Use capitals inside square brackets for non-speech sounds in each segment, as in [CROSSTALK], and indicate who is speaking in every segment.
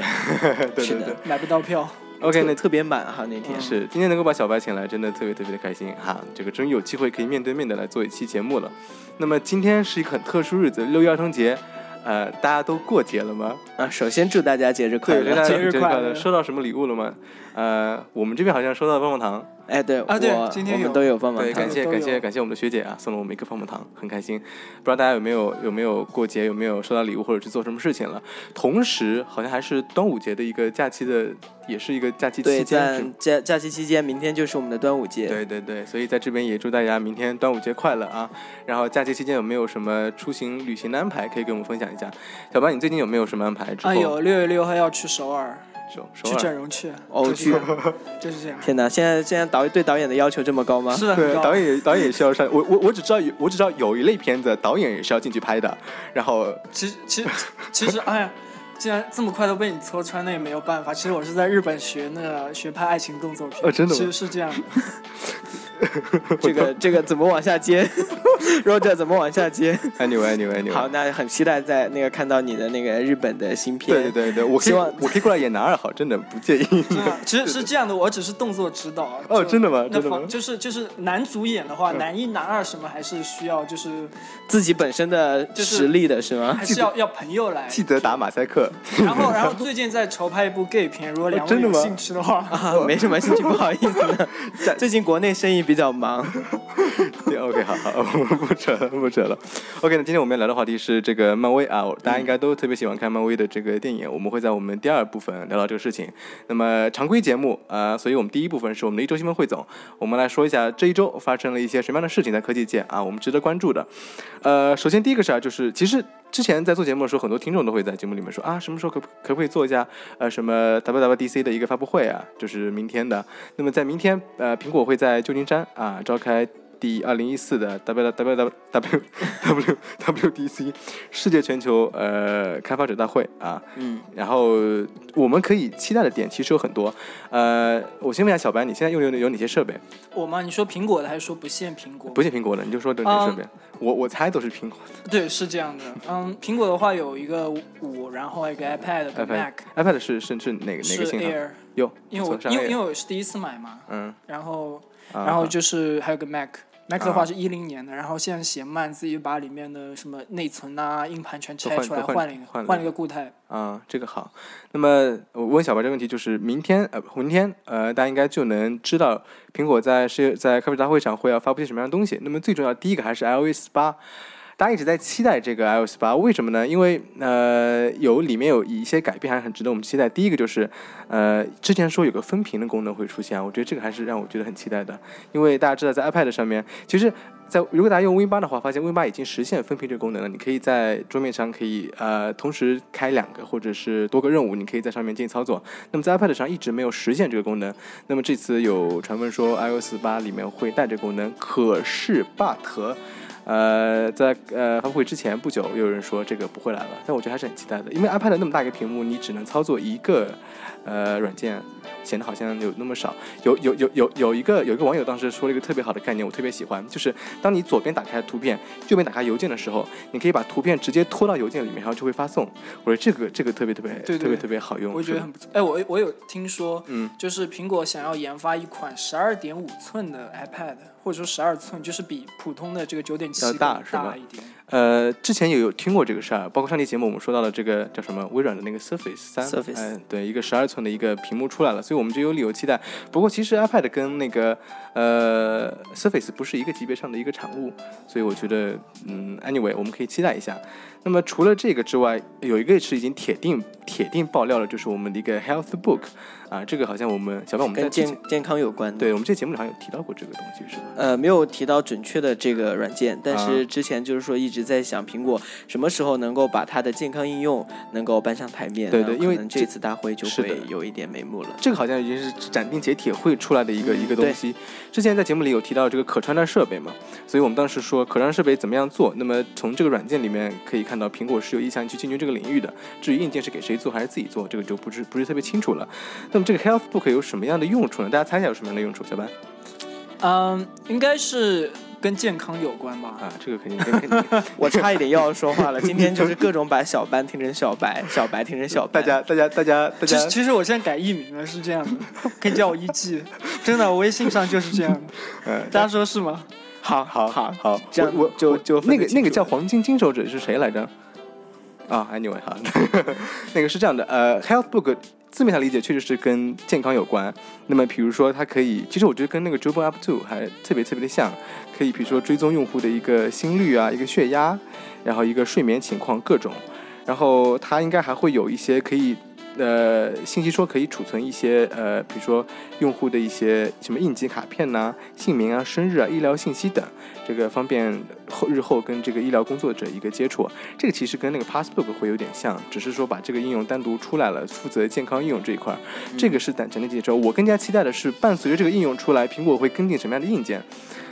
Speaker 1: 对对
Speaker 2: 是
Speaker 1: 对
Speaker 2: 的
Speaker 1: 对。
Speaker 3: 买不到票。
Speaker 1: OK，
Speaker 2: 特
Speaker 1: 那嗯
Speaker 2: 特别满哈那天。
Speaker 1: 是今天能够把小白请来，真的特别特别的开心哈！这个终于有机会可以面对面的来做一期节目了。那么今天是一个很特殊日子，六一儿童节，呃，大家都过节了吗？
Speaker 2: 啊，首先祝大家节日快
Speaker 1: 对，
Speaker 3: [LAUGHS]
Speaker 1: 大
Speaker 2: 乐
Speaker 1: 家。
Speaker 3: 节日
Speaker 1: 节
Speaker 3: 快
Speaker 1: 快
Speaker 3: 乐
Speaker 1: 收到什么礼物了吗？呃，我们这边好像收到了棒棒糖，
Speaker 2: 哎，对，
Speaker 3: 啊对
Speaker 2: 我
Speaker 3: 今天
Speaker 2: 我
Speaker 3: 有
Speaker 2: 们都有棒棒
Speaker 1: 对，
Speaker 2: 糖
Speaker 1: 感。谢
Speaker 3: 都有
Speaker 1: 感谢感谢我们的学姐啊，送了我们一个棒棒糖，很开心。不知道大家有没有有没有过节，有没有收到礼物或者去做什么事情了？同时，好像还是端午节的一个假期的，也是一个假期期
Speaker 2: 对，
Speaker 1: 间，是
Speaker 2: 在
Speaker 1: 吗
Speaker 2: 假假期期间，明天就是我们的端午节。
Speaker 1: 对对对，所以在这边也祝大家明天端午节快乐啊！然后假期期间有没有什么出行旅行的安排，可以跟我们分享一下？小白，你最近有没有什么安排？之后
Speaker 3: 啊，有六月六号要去首尔，
Speaker 1: 首首
Speaker 3: 去整
Speaker 1: 尔，啊
Speaker 3: 容去，
Speaker 1: [LAUGHS]
Speaker 2: 哦，去！
Speaker 3: 就是这样。
Speaker 2: 天哪，现在现在导对导演的要求这么高吗？
Speaker 3: 是的，很
Speaker 1: 对，
Speaker 3: 高
Speaker 1: 导演也导演也需要上，我我我只知道有我只知道有一类片子导演也是要进去拍的，然后
Speaker 3: 其实其实其实，哎呀。既然这么快都被你戳穿，那也没有办法。其实我是在日本学那个学拍爱情动作片，
Speaker 1: 哦真的吗
Speaker 3: 其实是这样的。
Speaker 2: 这个这个怎么往下
Speaker 1: [LAUGHS]
Speaker 2: 接？Roger 怎么往下接？
Speaker 1: anyway anyway anyway，
Speaker 2: 好，那很期待在那个看到你的那个日本的新片。
Speaker 1: 对对对对，我可以
Speaker 2: 希望
Speaker 1: 我可以过来演男二号，真的不介意。 [LAUGHS]
Speaker 3: 真的，嗯其实是这样的，我只是动作指导。
Speaker 1: 哦
Speaker 3: 就
Speaker 1: 真的吗
Speaker 3: 那
Speaker 1: 真的吗嗯
Speaker 3: 方就是就是男主演的话，男一、男二什么还是需要，就是
Speaker 2: 自己本身的
Speaker 3: 是
Speaker 2: 实力的是吗？
Speaker 1: [LAUGHS]
Speaker 3: 还是要要朋友来。
Speaker 1: 记得打马赛克，
Speaker 3: 然后然后最近在筹拍一部 gay 片，如果两
Speaker 1: 哦真
Speaker 3: 位
Speaker 1: 的
Speaker 3: 有
Speaker 1: 吗
Speaker 3: 兴趣的话， [LAUGHS]
Speaker 2: 啊， [LAUGHS] 没什么兴趣，不好意思
Speaker 1: [LAUGHS]
Speaker 2: 呢。最近国内生意比较忙，
Speaker 1: 对，OK，好好， [LAUGHS] 我们不扯了，不扯了。OK，那今天我们要聊的话题是这个漫威啊，大家应该都特别喜欢看漫威的这个电影，我们会在我们第二部分聊到这个事情。那么常规节目啊、呃所以我们第一部分是我们的一周新闻汇总，我们来说一下这一周发生了一些什么样的事情在科技界啊，我们值得关注的。呃，首先第一个事儿就是，其实之前在做节目的时候，很多听众都会在节目里面说啊，什么时候可不可不可以做一下呃什么 WWDC 的一个发布会啊，就是明天的。那么在明天，呃，苹果会在旧金山啊召开第二零一四的 W W W W W W D C 世界全球呃开发者大会啊。
Speaker 2: 嗯，
Speaker 1: 然后我们可以期待的点其实有很多。呃，我先问一下小白，你现在用的有哪些设备？
Speaker 3: 我吗？你说苹果的还是说不限苹果？
Speaker 1: 不是苹果的，你就说的哪些设
Speaker 3: 嗯
Speaker 1: 备？我我猜都是苹果的。
Speaker 3: 对，是这样的。嗯，苹果的话有一个五，然后还有一个 iPad 跟
Speaker 1: iPad
Speaker 3: Mac，
Speaker 1: iPad 是是是哪个哪
Speaker 3: 是
Speaker 1: 个型号？
Speaker 3: Air，
Speaker 1: 有，
Speaker 3: 因为我
Speaker 1: 从上
Speaker 3: 因为因为
Speaker 1: 面
Speaker 3: 我是第一次买嘛，
Speaker 1: 嗯，
Speaker 3: 然后
Speaker 1: 啊
Speaker 3: 然后就是还有个 Mac。Mac 的
Speaker 1: 啊
Speaker 3: 话是一零年的，然后现在嫌慢，自己把里面的什么内存啊、硬盘全拆
Speaker 1: 都换
Speaker 3: 出来，
Speaker 1: 都换
Speaker 3: 换了一个，
Speaker 1: 换了一个
Speaker 3: 换了一个固态。
Speaker 1: 啊、这个好。那么我问小白这个问题，就是明天呃，明天呃，大家应该就能知道苹果在世界在开发者大会上会要发布些什么样的东西。那么最重要，第一个还是 iOS 八。大家一直在期待这个 iOS 八，为什么呢？因为呃，有里面有一些改变还是很值得我们期待。第一个就是，呃，之前说有个分屏的功能会出现，我觉得这个还是让我觉得很期待的，因为大家知道在 iPad 上面，其实在如果大家用 Win 八的话，发现 Win 八已经实现分屏这个功能了，你可以在桌面上可以呃同时开两个或者是多个任务，你可以在上面进行操作。那么在 iPad 上一直没有实现这个功能，那么这次有传闻说 iOS 八里面会带这个功能，可是 but 呃，在呃发布会之前不久，又有人说这个不会来了，但我觉得还是很期待的，因为 iPad 那么大一个屏幕，你只能操作一个呃软件，显得好像有那么少。有有有有有一个有一个网友当时说了一个特别好的概念，我特别喜欢，就是当你左边打开图片，右边打开邮件的时候，你可以把图片直接拖到邮件里面，然后就会发送。我觉得这个这个特别特别
Speaker 3: 对对
Speaker 1: 特别特别好用，
Speaker 3: 我觉
Speaker 1: 是
Speaker 3: 得
Speaker 1: 吧
Speaker 3: 很不错。哎，我我有听说，
Speaker 1: 嗯，
Speaker 3: 就是苹果想要研发一款十二点五寸的 iPad，或者说十二寸，就是比普通的这个九点七
Speaker 1: 要大是吧
Speaker 3: 一点。
Speaker 1: 呃，之前也有听过这个事儿，包括上期节目我们说到了这个叫什么微软的那个 Surface 三
Speaker 2: Surface
Speaker 1: 哎对，一个十二寸的一个屏幕出来了，所以我们就有理由期待。不过其实 iPad 跟那个呃 Surface 不是一个级别上的一个产物，所以我觉得嗯，anyway 我们可以期待一下。那么除了这个之外，有一个是已经铁定铁定爆料了，就是我们的一个 Health Book 啊，这个好像我们小白我们
Speaker 2: 嗯
Speaker 1: 在
Speaker 2: 跟
Speaker 1: 之
Speaker 2: 健
Speaker 1: 前
Speaker 2: 健康有关的。
Speaker 1: 对我们这节目里好像有提到过这个东西是吧？
Speaker 2: 呃，没有提到准确的这个软件，但
Speaker 1: 啊
Speaker 2: 是之前就是说一直在想苹果什么时候能够把它的健康应用能够搬上台面。
Speaker 1: 对对
Speaker 2: 然后
Speaker 1: 因为
Speaker 2: 可能
Speaker 1: 这
Speaker 2: 这次大会就是
Speaker 1: 的
Speaker 2: 会有一点眉目了。
Speaker 1: 这个好像已经是斩钉截铁会出来的一个、
Speaker 2: 嗯
Speaker 1: 一个东西。之前在节目里有提到这个可穿戴设备嘛，所以我们当时说可穿戴设备怎么样做。那么从这个软件里面可以看到，苹果是有意向去进军这个领域的。至于硬件是给谁做还是自己做，这个就不是不是特别清楚了。那么这个 Health Book 有什么样的用处呢？大家猜一下有什么样的用处？小白
Speaker 3: 嗯，应该是跟健康有关吧。
Speaker 1: 啊，这个肯定跟跟
Speaker 2: 我差一点又要说话了，今天就是各种把小班听成小白，小白听成小
Speaker 1: [LAUGHS] 大
Speaker 2: 白。
Speaker 1: 家大家大家大
Speaker 3: 其
Speaker 1: 家
Speaker 3: 实其实我现在改艺名了，是这样的， [LAUGHS] 可以叫我一季，真的，我微信上就是这样
Speaker 1: [LAUGHS]
Speaker 3: 的。
Speaker 1: 嗯。
Speaker 3: 大家说是吗？
Speaker 2: 好
Speaker 1: 好好好，
Speaker 2: 这样
Speaker 1: 我我
Speaker 2: 就
Speaker 1: 我
Speaker 2: 就分
Speaker 1: 那
Speaker 2: 得
Speaker 1: 个
Speaker 2: 清
Speaker 1: 那个
Speaker 2: 楚
Speaker 1: 叫黄金金手指是谁来着？啊、a n y w a y 哈， [LAUGHS] 那个是这样的，呃，Health Book 字面上理解确实是跟健康有关。那么比如说，它可以，其实我觉得跟那个 j o b o Up Two 还特别特别的像，可以比如说追踪用户的一个心率啊，一个血压，然后一个睡眠情况各种。然后它应该还会有一些可以。呃，信息说可以储存一些呃，比如说用户的一些什么应急卡片呐、姓名啊、生日啊、医疗信息等。这个方便后日后跟这个医疗工作者一个接触。这个其实跟那个 Passbook 会有点像，只是说把这个应用单独出来了，负责健康应用这一块儿。这个是展陈的介绍。我更加期待的是，伴随着这个应用出来，苹果会跟进什么样的硬件？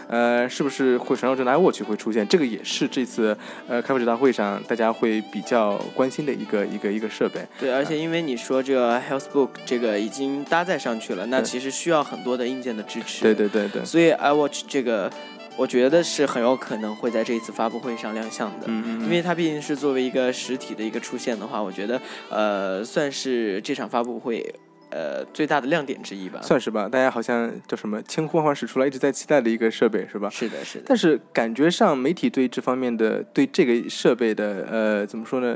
Speaker 1: 呃，是不是会传说中的 iWatch 会出现？这个也是这次呃开发者大会上大家会比较关心的一个一个一个设备。
Speaker 2: 对，而且因为你说这个 Healthbook 这个已经搭载上去了，那
Speaker 1: 对
Speaker 2: 其实需要很多的硬件的支持。
Speaker 1: 对对对对，
Speaker 2: 所以 iWatch 这个，我觉得是很有可能会在这一次发布会上亮相的。
Speaker 1: 嗯嗯
Speaker 2: 因为它毕竟是作为一个实体的一个出现的话，我觉得呃算是这场发布会呃最大的亮点之一吧。
Speaker 1: 算是吧。大家好像叫什么千呼万唤始出来，一直在期待的一个设备是吧？
Speaker 2: 是的，是的。
Speaker 1: 但是感觉上媒体对这方面的对这个设备的呃怎么说呢，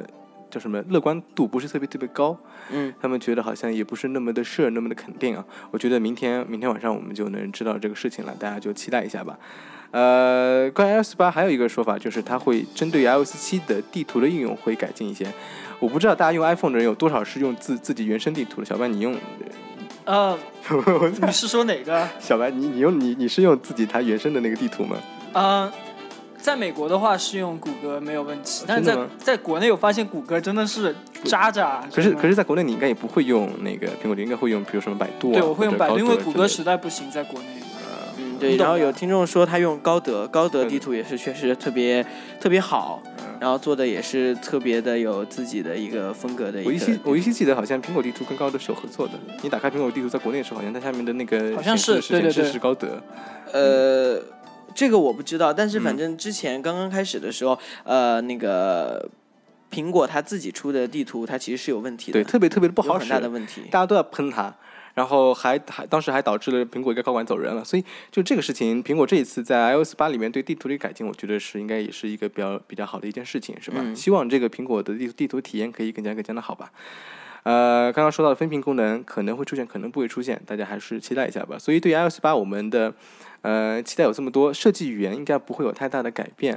Speaker 1: 叫什么乐观度不是特别特别高，
Speaker 2: 嗯，
Speaker 1: 他们觉得好像也不是那么的 sure 那么的肯定啊。我觉得明天明天晚上我们就能知道这个事情了，大家就期待一下吧。呃，关于 iOS 八还有一个说法就是它会针对 iOS 七的地图的应用会改进一些。我不知道大家用 iPhone 的人有多少是用自自己原生地图的。小白，你用 [LAUGHS]
Speaker 3: 嗯，你是说哪个？
Speaker 1: 小白，你你用你你是用自己它原生的那个地图吗？
Speaker 3: 嗯，在美国的话是用谷歌没有问题，但是
Speaker 1: 啊真
Speaker 3: 在
Speaker 1: 的吗
Speaker 3: 在国内我发现谷歌真的是渣渣。
Speaker 1: 可是
Speaker 3: 真的
Speaker 1: 可是在国内你应该也不会用那个苹果，你应该会用比如什么百度啊，
Speaker 3: 对我会用百度，
Speaker 1: 或者
Speaker 3: 因
Speaker 1: 高
Speaker 3: 为
Speaker 1: 德
Speaker 3: 谷
Speaker 1: 之类
Speaker 3: 歌
Speaker 1: 的
Speaker 3: 实在不行，在国内。
Speaker 2: 嗯，
Speaker 3: 你
Speaker 2: 对。
Speaker 3: 懂
Speaker 2: 然后
Speaker 3: 的
Speaker 2: 有听众说他用高德，高德
Speaker 1: 嗯
Speaker 2: 地图也是确实特别特别好
Speaker 1: 嗯，
Speaker 2: 然后做的也是特别的有自己的一个风格的一
Speaker 1: 我依稀
Speaker 2: 个。
Speaker 1: 我依稀记得好像苹果地图跟高德是有合作的。你打开苹果地图，在国内的时候，好像它下面的那个
Speaker 3: 好像
Speaker 1: 显示
Speaker 3: 是对对
Speaker 1: 显示
Speaker 3: 对
Speaker 1: 是高德。
Speaker 2: 呃，这个我不知道，但是
Speaker 1: 嗯
Speaker 2: 反正之前刚刚开始的时候，呃，那个苹果它自己出的地图，它其实是有问题的，
Speaker 1: 对，特别特别的不
Speaker 2: 不
Speaker 1: 好
Speaker 2: 很
Speaker 1: 使，
Speaker 2: 大的问题。
Speaker 1: 大家都在喷它，然后还还当时还导致了苹果一个高管走人了。所以就这个事情，苹果这一次在 iOS 八里面对地图的改进，我觉得是应该也是一个比较比较好的一件事情，是吧？
Speaker 2: 嗯
Speaker 1: 希望这个苹果的地地图体验可以更加更加的好吧。呃，刚刚说到的分屏功能可能会出现，可能不会出现，大家还是期待一下吧。所以对于 iOS 八，我们的呃期待有这么多，设计语言应该不会有太大的改变。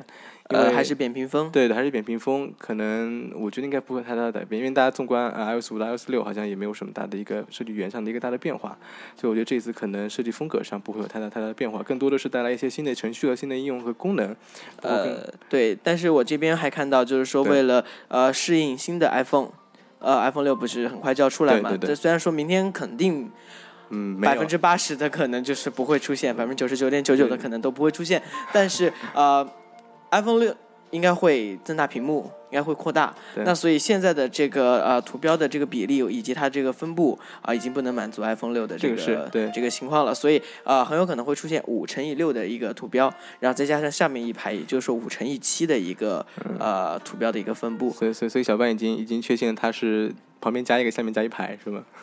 Speaker 1: 因
Speaker 2: 呃，
Speaker 1: 为
Speaker 2: 还是扁平风。
Speaker 1: 对的，还是扁平风，可能我觉得应该不会太大的改变，因为大家纵观呃 iOS 五到 iOS 六好像也没有什么大的一个设计语言上的一个大的变化，所以我觉得这次可能设计风格上不会有太大太大的变化，更多的是带来一些新的程序和新的应用和功能。不过更
Speaker 2: 呃，对，但是我这边还看到，就是说
Speaker 1: 对
Speaker 2: 为了呃适应新的 iPhone，呃，iPhone 六不是很快就要出来
Speaker 1: 对
Speaker 2: 嘛？
Speaker 1: 对对
Speaker 2: 这虽然说明天肯定
Speaker 1: 嗯，没
Speaker 2: 百
Speaker 1: 有
Speaker 2: 分之八十的可能就是不会出现，百分之九十九点九九的可能都不会出现，但是呃，iPhone 六应该会增大屏幕，应该会扩大。
Speaker 1: 对
Speaker 2: 那所以现在的这个呃图标的这个比例以及它这个分布啊、已经不能满足 iPhone 六的这个
Speaker 1: 这个是对
Speaker 2: 这个情况了，所以啊、呃很有可能会出现五乘以六的一个图标，然后再加上下面一排，也就是说五乘以七的一个、呃图标的一个分布。
Speaker 1: 所以所以所以小半已经已经确信它是旁边加一个，下面加一排是吗？
Speaker 2: [LAUGHS]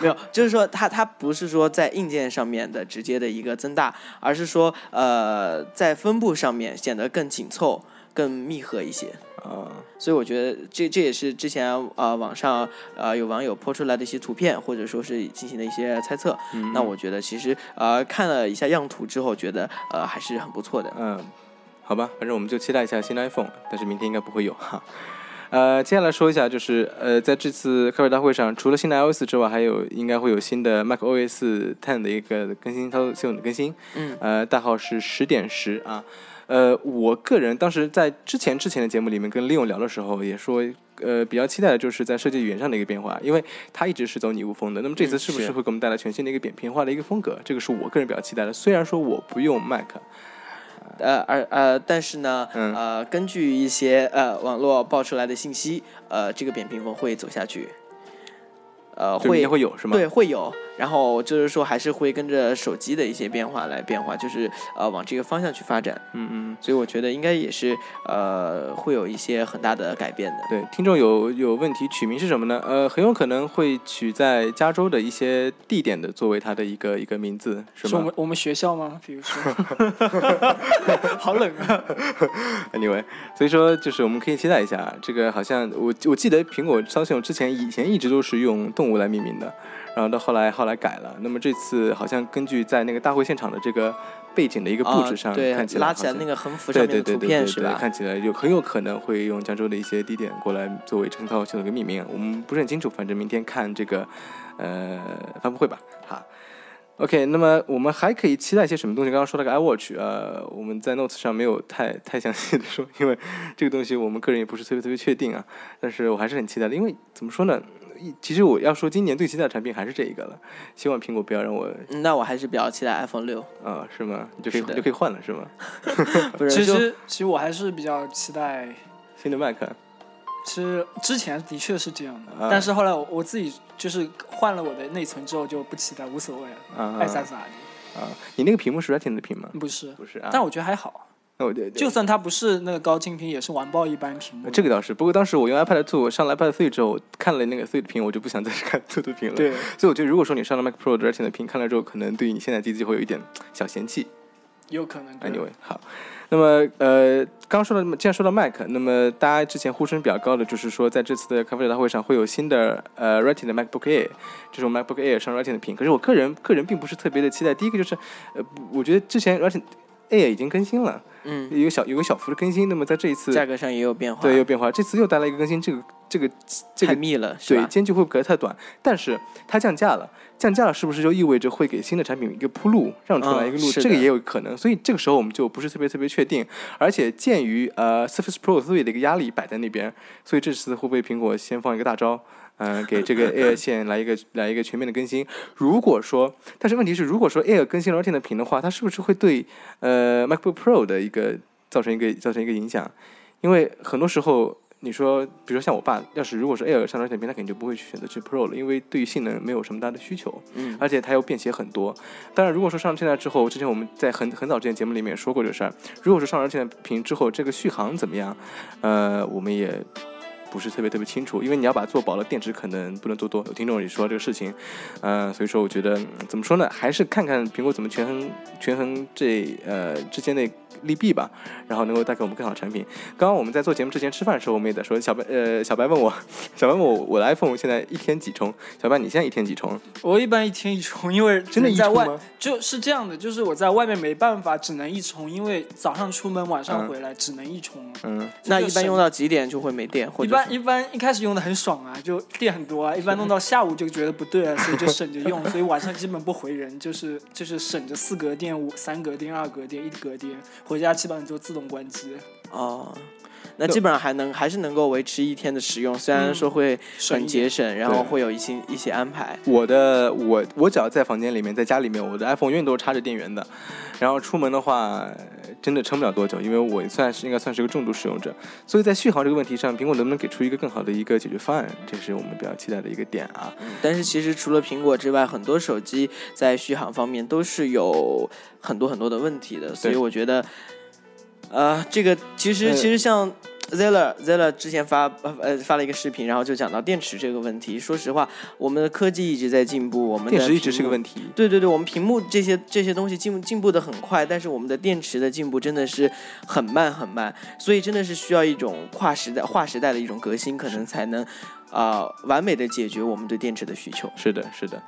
Speaker 2: 没有，就是说它它不是说在硬件上面的直接的一个增大，而是说呃在分布上面显得更紧凑、更密合一些。
Speaker 1: 啊，
Speaker 2: 所以我觉得这这也是之前呃网上呃有网友抛出来的一些图片，或者说是进行的一些猜测。
Speaker 1: 嗯
Speaker 2: 那我觉得其实呃看了一下样图之后，觉得呃还是很不错的。
Speaker 1: 嗯，好吧，反正我们就期待一下新的 iPhone，但是明天应该不会有哈。呃，接下来说一下，就是呃，在这次开发大会上，除了新的 iOS 之外，还有应该会有新的 macOS Ten 的一个更新操作系统的更新。
Speaker 2: 嗯，
Speaker 1: 呃，代号是十点十啊。呃，我个人当时在之前之前的节目里面跟利用聊的时候，也说，呃，比较期待的就是在设计语言上的一个变化，因为它一直是走拟物风的，那么这次
Speaker 2: 嗯
Speaker 1: 是不是
Speaker 2: 是
Speaker 1: 会给我们带来全新的一个扁平化的一个风格？这个是我个人比较期待的。虽然说我不用 Mac，
Speaker 2: 呃而呃但是呢、
Speaker 1: 嗯
Speaker 2: 呃根据一些呃网络爆出来的信息，呃这个扁平风会走下去，呃
Speaker 1: 就明
Speaker 2: 会
Speaker 1: 天会有是吗？
Speaker 2: 对，会有。然后就是说，还是会跟着手机的一些变化来变化，就是呃往这个方向去发展。
Speaker 1: 嗯嗯。
Speaker 2: 所以我觉得应该也是呃会有一些很大的改变的。
Speaker 1: 对，听众有有问题，取名是什么呢？呃，很有可能会取在加州的一些地点的作为它的一个一个名字，是
Speaker 3: 是我
Speaker 1: 吗
Speaker 3: 们我们学校吗？比如
Speaker 1: [LAUGHS]
Speaker 3: 说， [LAUGHS] 好冷啊！
Speaker 1: ？Anyway，所以说就是我们可以期待一下，这个好像我我记得苹果操作系统之前以前一直都是用动物来命名的，然后到后来后来改了，那么这次好像根据在那个大会现场的这个背景的一个布置上，
Speaker 2: 啊、对
Speaker 1: 看起来
Speaker 2: 拉
Speaker 1: 好
Speaker 2: 起来
Speaker 1: 像
Speaker 2: 那个横幅上
Speaker 1: 对
Speaker 2: 面
Speaker 1: 对
Speaker 2: 的
Speaker 1: 对
Speaker 2: 图
Speaker 1: 对
Speaker 2: 片
Speaker 1: 对
Speaker 2: 是
Speaker 1: 对，
Speaker 2: 吧？
Speaker 1: 看起来有很有可能会用加州的一些地点过来作为成套系统的一个命名，我们不是很清楚，反正明天看这个呃发布会吧。好，OK，那么我们还可以期待一些什么东西？刚刚说那个 iWatch，呃，我们在 Notes 上没有太太详细的说，因为这个东西我们个人也不是特别特别确定啊，但是我还是很期待的，因为怎么说呢？一其实我要说，今年最期待的产品还是这一个了。希望苹果不要让我，
Speaker 2: 嗯那我还是比较期待 iPhone 六，
Speaker 1: 啊、是吗？你就可以
Speaker 2: 是的
Speaker 1: 就可以换了是吗？
Speaker 2: 不是
Speaker 3: 其
Speaker 2: 就
Speaker 3: 实其实我还是比较期待，
Speaker 1: 新的 Mac，
Speaker 3: 其实之前的确是这样的，
Speaker 1: 啊
Speaker 3: 但是后来我我自己就是换了我的内存之后就不期待，无所谓了，
Speaker 1: 啊
Speaker 3: 爱咋咋
Speaker 1: 啊，你那个屏幕是 Retina 的屏吗？
Speaker 3: 的，不是。
Speaker 1: 不是啊，
Speaker 3: 但我觉得还好，
Speaker 1: 那我对对
Speaker 3: 就算它不是那个高清屏，也是完爆一般屏幕。
Speaker 1: 这个倒是，不过当时我用 iPad Two 上了 iPad Three 之后，看了那个 Three 的屏，我就不想再看 Two 的屏了。，
Speaker 3: 对，
Speaker 1: 所以我觉得如果说你上了 Mac Pro 的 Retina 的屏，看了之后，可能对于你现在机子会有一点小嫌弃。
Speaker 3: 有可能。对
Speaker 1: Anyway，好，那么呃，刚说到，既然说到 Mac，那么大家之前呼声比较高的就是说，在这次的开发者大会上会有新的呃 Retina MacBook Air，这种 MacBook Air 上 Retina 的屏。可是我个人个人并不是特别的期待。第一个就是，呃，不我觉得之前 Retina Air 已经更新了，
Speaker 2: 嗯，
Speaker 1: 有个小有个小幅的更新。那么在这一次
Speaker 2: 价格上也有变化，
Speaker 1: 对，又变化。这次又带来一个更新，这个这个这
Speaker 2: 太
Speaker 1: 个
Speaker 2: 密了，是
Speaker 1: 对
Speaker 2: 吧？
Speaker 1: 间距会不会太短？但是它降价了，降价了是不是就意味着会给新的产品一个铺路，让出来一个
Speaker 2: 嗯
Speaker 1: 路？
Speaker 2: 是
Speaker 1: 这个
Speaker 2: 的
Speaker 1: 也有可能。所以这个时候我们就不是特别特别确定。而且鉴于呃 Surface Pro 3的一个压力摆在那边，所以这次会不会苹果先放一个大招？嗯、给这个 Air [LAUGHS] 线来一个来一个全面的更新。如果说，但是问题是，如果说 Air 更新了 Retina 屏的话，它是不是会对呃 MacBook Pro 的一个造成一个造成一个影响？因为很多时候，你说，比如说像我爸，要是如果是 Air 上软点屏，他肯定就不会去选择去 Pro 了，因为对于性能没有什么大的需求，
Speaker 2: 嗯
Speaker 1: 而且它又便携很多。当然，如果说上了现在之后，之前我们在很很早之前节目里面也说过这个事儿，如果说上了现在屏之后，这个续航怎么样？呃，我们也不是特别特别清楚，因为你要把它做薄了，电池可能不能做多。有听众也说这个事情，嗯、所以说我觉得、嗯怎么说呢，还是看看苹果怎么权衡权衡这呃之间的利弊吧，然后能够带给我们更好的产品。刚刚我们在做节目之前吃饭的时候，我们也在说，小白呃小白问我，小白问我我的 iPhone 现在一天几充？小白你现在一天几充？
Speaker 3: 我一般一天一冲，因为
Speaker 1: 真的
Speaker 3: 人
Speaker 1: 一
Speaker 3: 在
Speaker 1: 充
Speaker 3: 外
Speaker 1: 吗
Speaker 3: 就是这样的，就是我在外面没办法，只能一冲，因为早上出门，晚上回来、只能一冲。
Speaker 1: 嗯，
Speaker 2: 那一般用到几点就会没电，或
Speaker 3: 一
Speaker 2: 者
Speaker 3: 般一般一开始用的很爽啊，就电
Speaker 2: [LAUGHS]
Speaker 3: 很多啊，一般弄到下午就觉得不对了，所以就省着用，所以晚上基本不回人，就是就是省着四格电、五三格电、二格电、一格电，回家基本上就自动关机，
Speaker 2: 哦。那基本上还能还是能够维持一天的使用，虽
Speaker 1: 嗯
Speaker 2: 然说会
Speaker 3: 省
Speaker 2: 很
Speaker 3: 一点
Speaker 2: 节省，然后
Speaker 1: 对
Speaker 2: 会有一些一些安排。
Speaker 1: 我的我我只要在房间里面，在家里面，我的 iPhone 永远都是插着电源的。然后出门的话，真的撑不了多久，因为我算是应该算是个重度使用者，所以在续航这个问题上，苹果能不能给出一个更好的一个解决方案，这是我们比较期待的一个点啊。
Speaker 2: 但是其实除了苹果之外，很多手机在续航方面都是有很多很多的问题的，所以我觉得，呃，这个其实
Speaker 1: 呃
Speaker 2: 其实像 Zeller Zeller 之前发呃呃发了一个视频，然后就讲到电池这个问题。说实话，我们的科技一直在进步，我们的
Speaker 1: 电池一直
Speaker 2: 屏
Speaker 1: 是个
Speaker 2: 幕
Speaker 1: 问题，
Speaker 2: 对对对，我们屏幕这些这些东西进进步的很快，但是我们的电池的进步真的是很慢很慢，所以真的是需要一种跨时代、划时代的一种革新，可能才能啊、呃完美的解决我们对电池的需求。
Speaker 1: 是的，是的。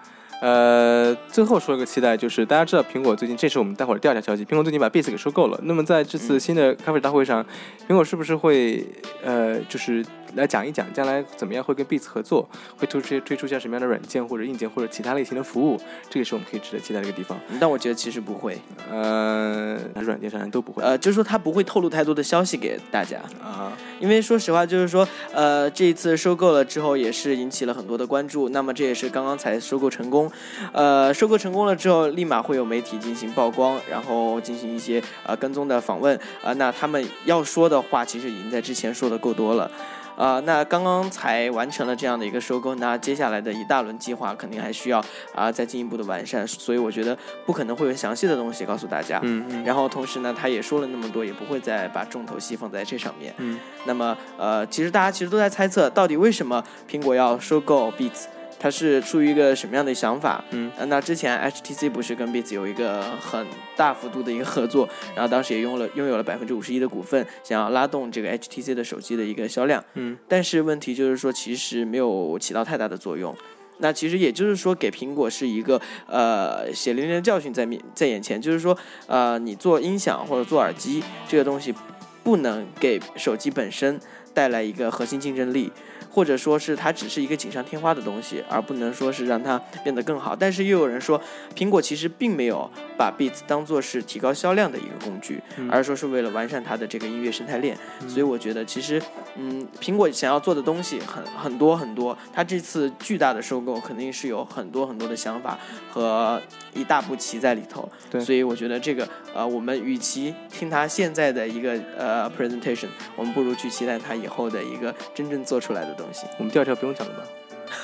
Speaker 1: 呃，最后说一个期待，就是大家知道苹果最近，这是我们待会儿第二条消息，苹果最近把 Beats 给收购了。那么在这次新的开发者大会上，苹果是不是会呃，就是来讲一讲将来怎么样会跟 Beats 合作，会推出推出一些什么样的软件或者硬件或者其他类型的服务？这个是我们可以值得期待的一个地方。
Speaker 2: 嗯但我觉得其实不会，
Speaker 1: 呃，软件上都不会
Speaker 2: 呃，就是说他不会透露太多的消息给大家，
Speaker 1: 啊，
Speaker 2: 因为说实话，就是说，呃，这一次收购了之后，也是引起了很多的关注。那么这也是刚刚才收购成功，呃，收购成功了之后，立马会有媒体进行曝光，然后进行一些呃跟踪的访问。啊，那他们要说的话，其实已经在之前说的够多了。啊、那刚刚才完成了这样的一个收购，那接下来的一大轮计划肯定还需要啊、再进一步的完善，所以我觉得不可能会有详细的东西告诉大家。
Speaker 1: 嗯嗯，
Speaker 2: 然后同时呢，他也说了那么多，也不会再把重头戏放在这上面。
Speaker 1: 嗯，
Speaker 2: 那么呃，其实大家其实都在猜测，到底为什么苹果要收购 Beats？它是出于一个什么样的想法？
Speaker 1: 嗯
Speaker 2: 呃，那之前 HTC 不是跟 Beats 有一个很大幅度的一个合作，然后当时也拥了拥有了百分之五十一的股份，想要拉动这个 HTC 的手机的一个销量。
Speaker 1: 嗯，
Speaker 2: 但是问题就是说，其实没有起到太大的作用。那其实也就是说，给苹果是一个呃血淋淋的教训在面在眼前，就是说，呃，你做音响或者做耳机这个东西，不能给手机本身带来一个核心竞争力，或者说是它只是一个锦上添花的东西，而不能说是让它变得更好。但是又有人说，苹果其实并没有把 Beats 当做是提高销量的一个工具，而说是为了完善它的这个音乐生态链。所以我觉得，其实，嗯，苹果想要做的东西很很多很多，它这次巨大的收购肯定是有很多很多的想法和一大步棋在里头。
Speaker 1: 对
Speaker 2: 所以我觉得这个，呃，我们与其听它现在的一个呃 presentation，我们不如去期待它以后的一个真正做出来的东西。
Speaker 1: 我们第二条不用讲了吧？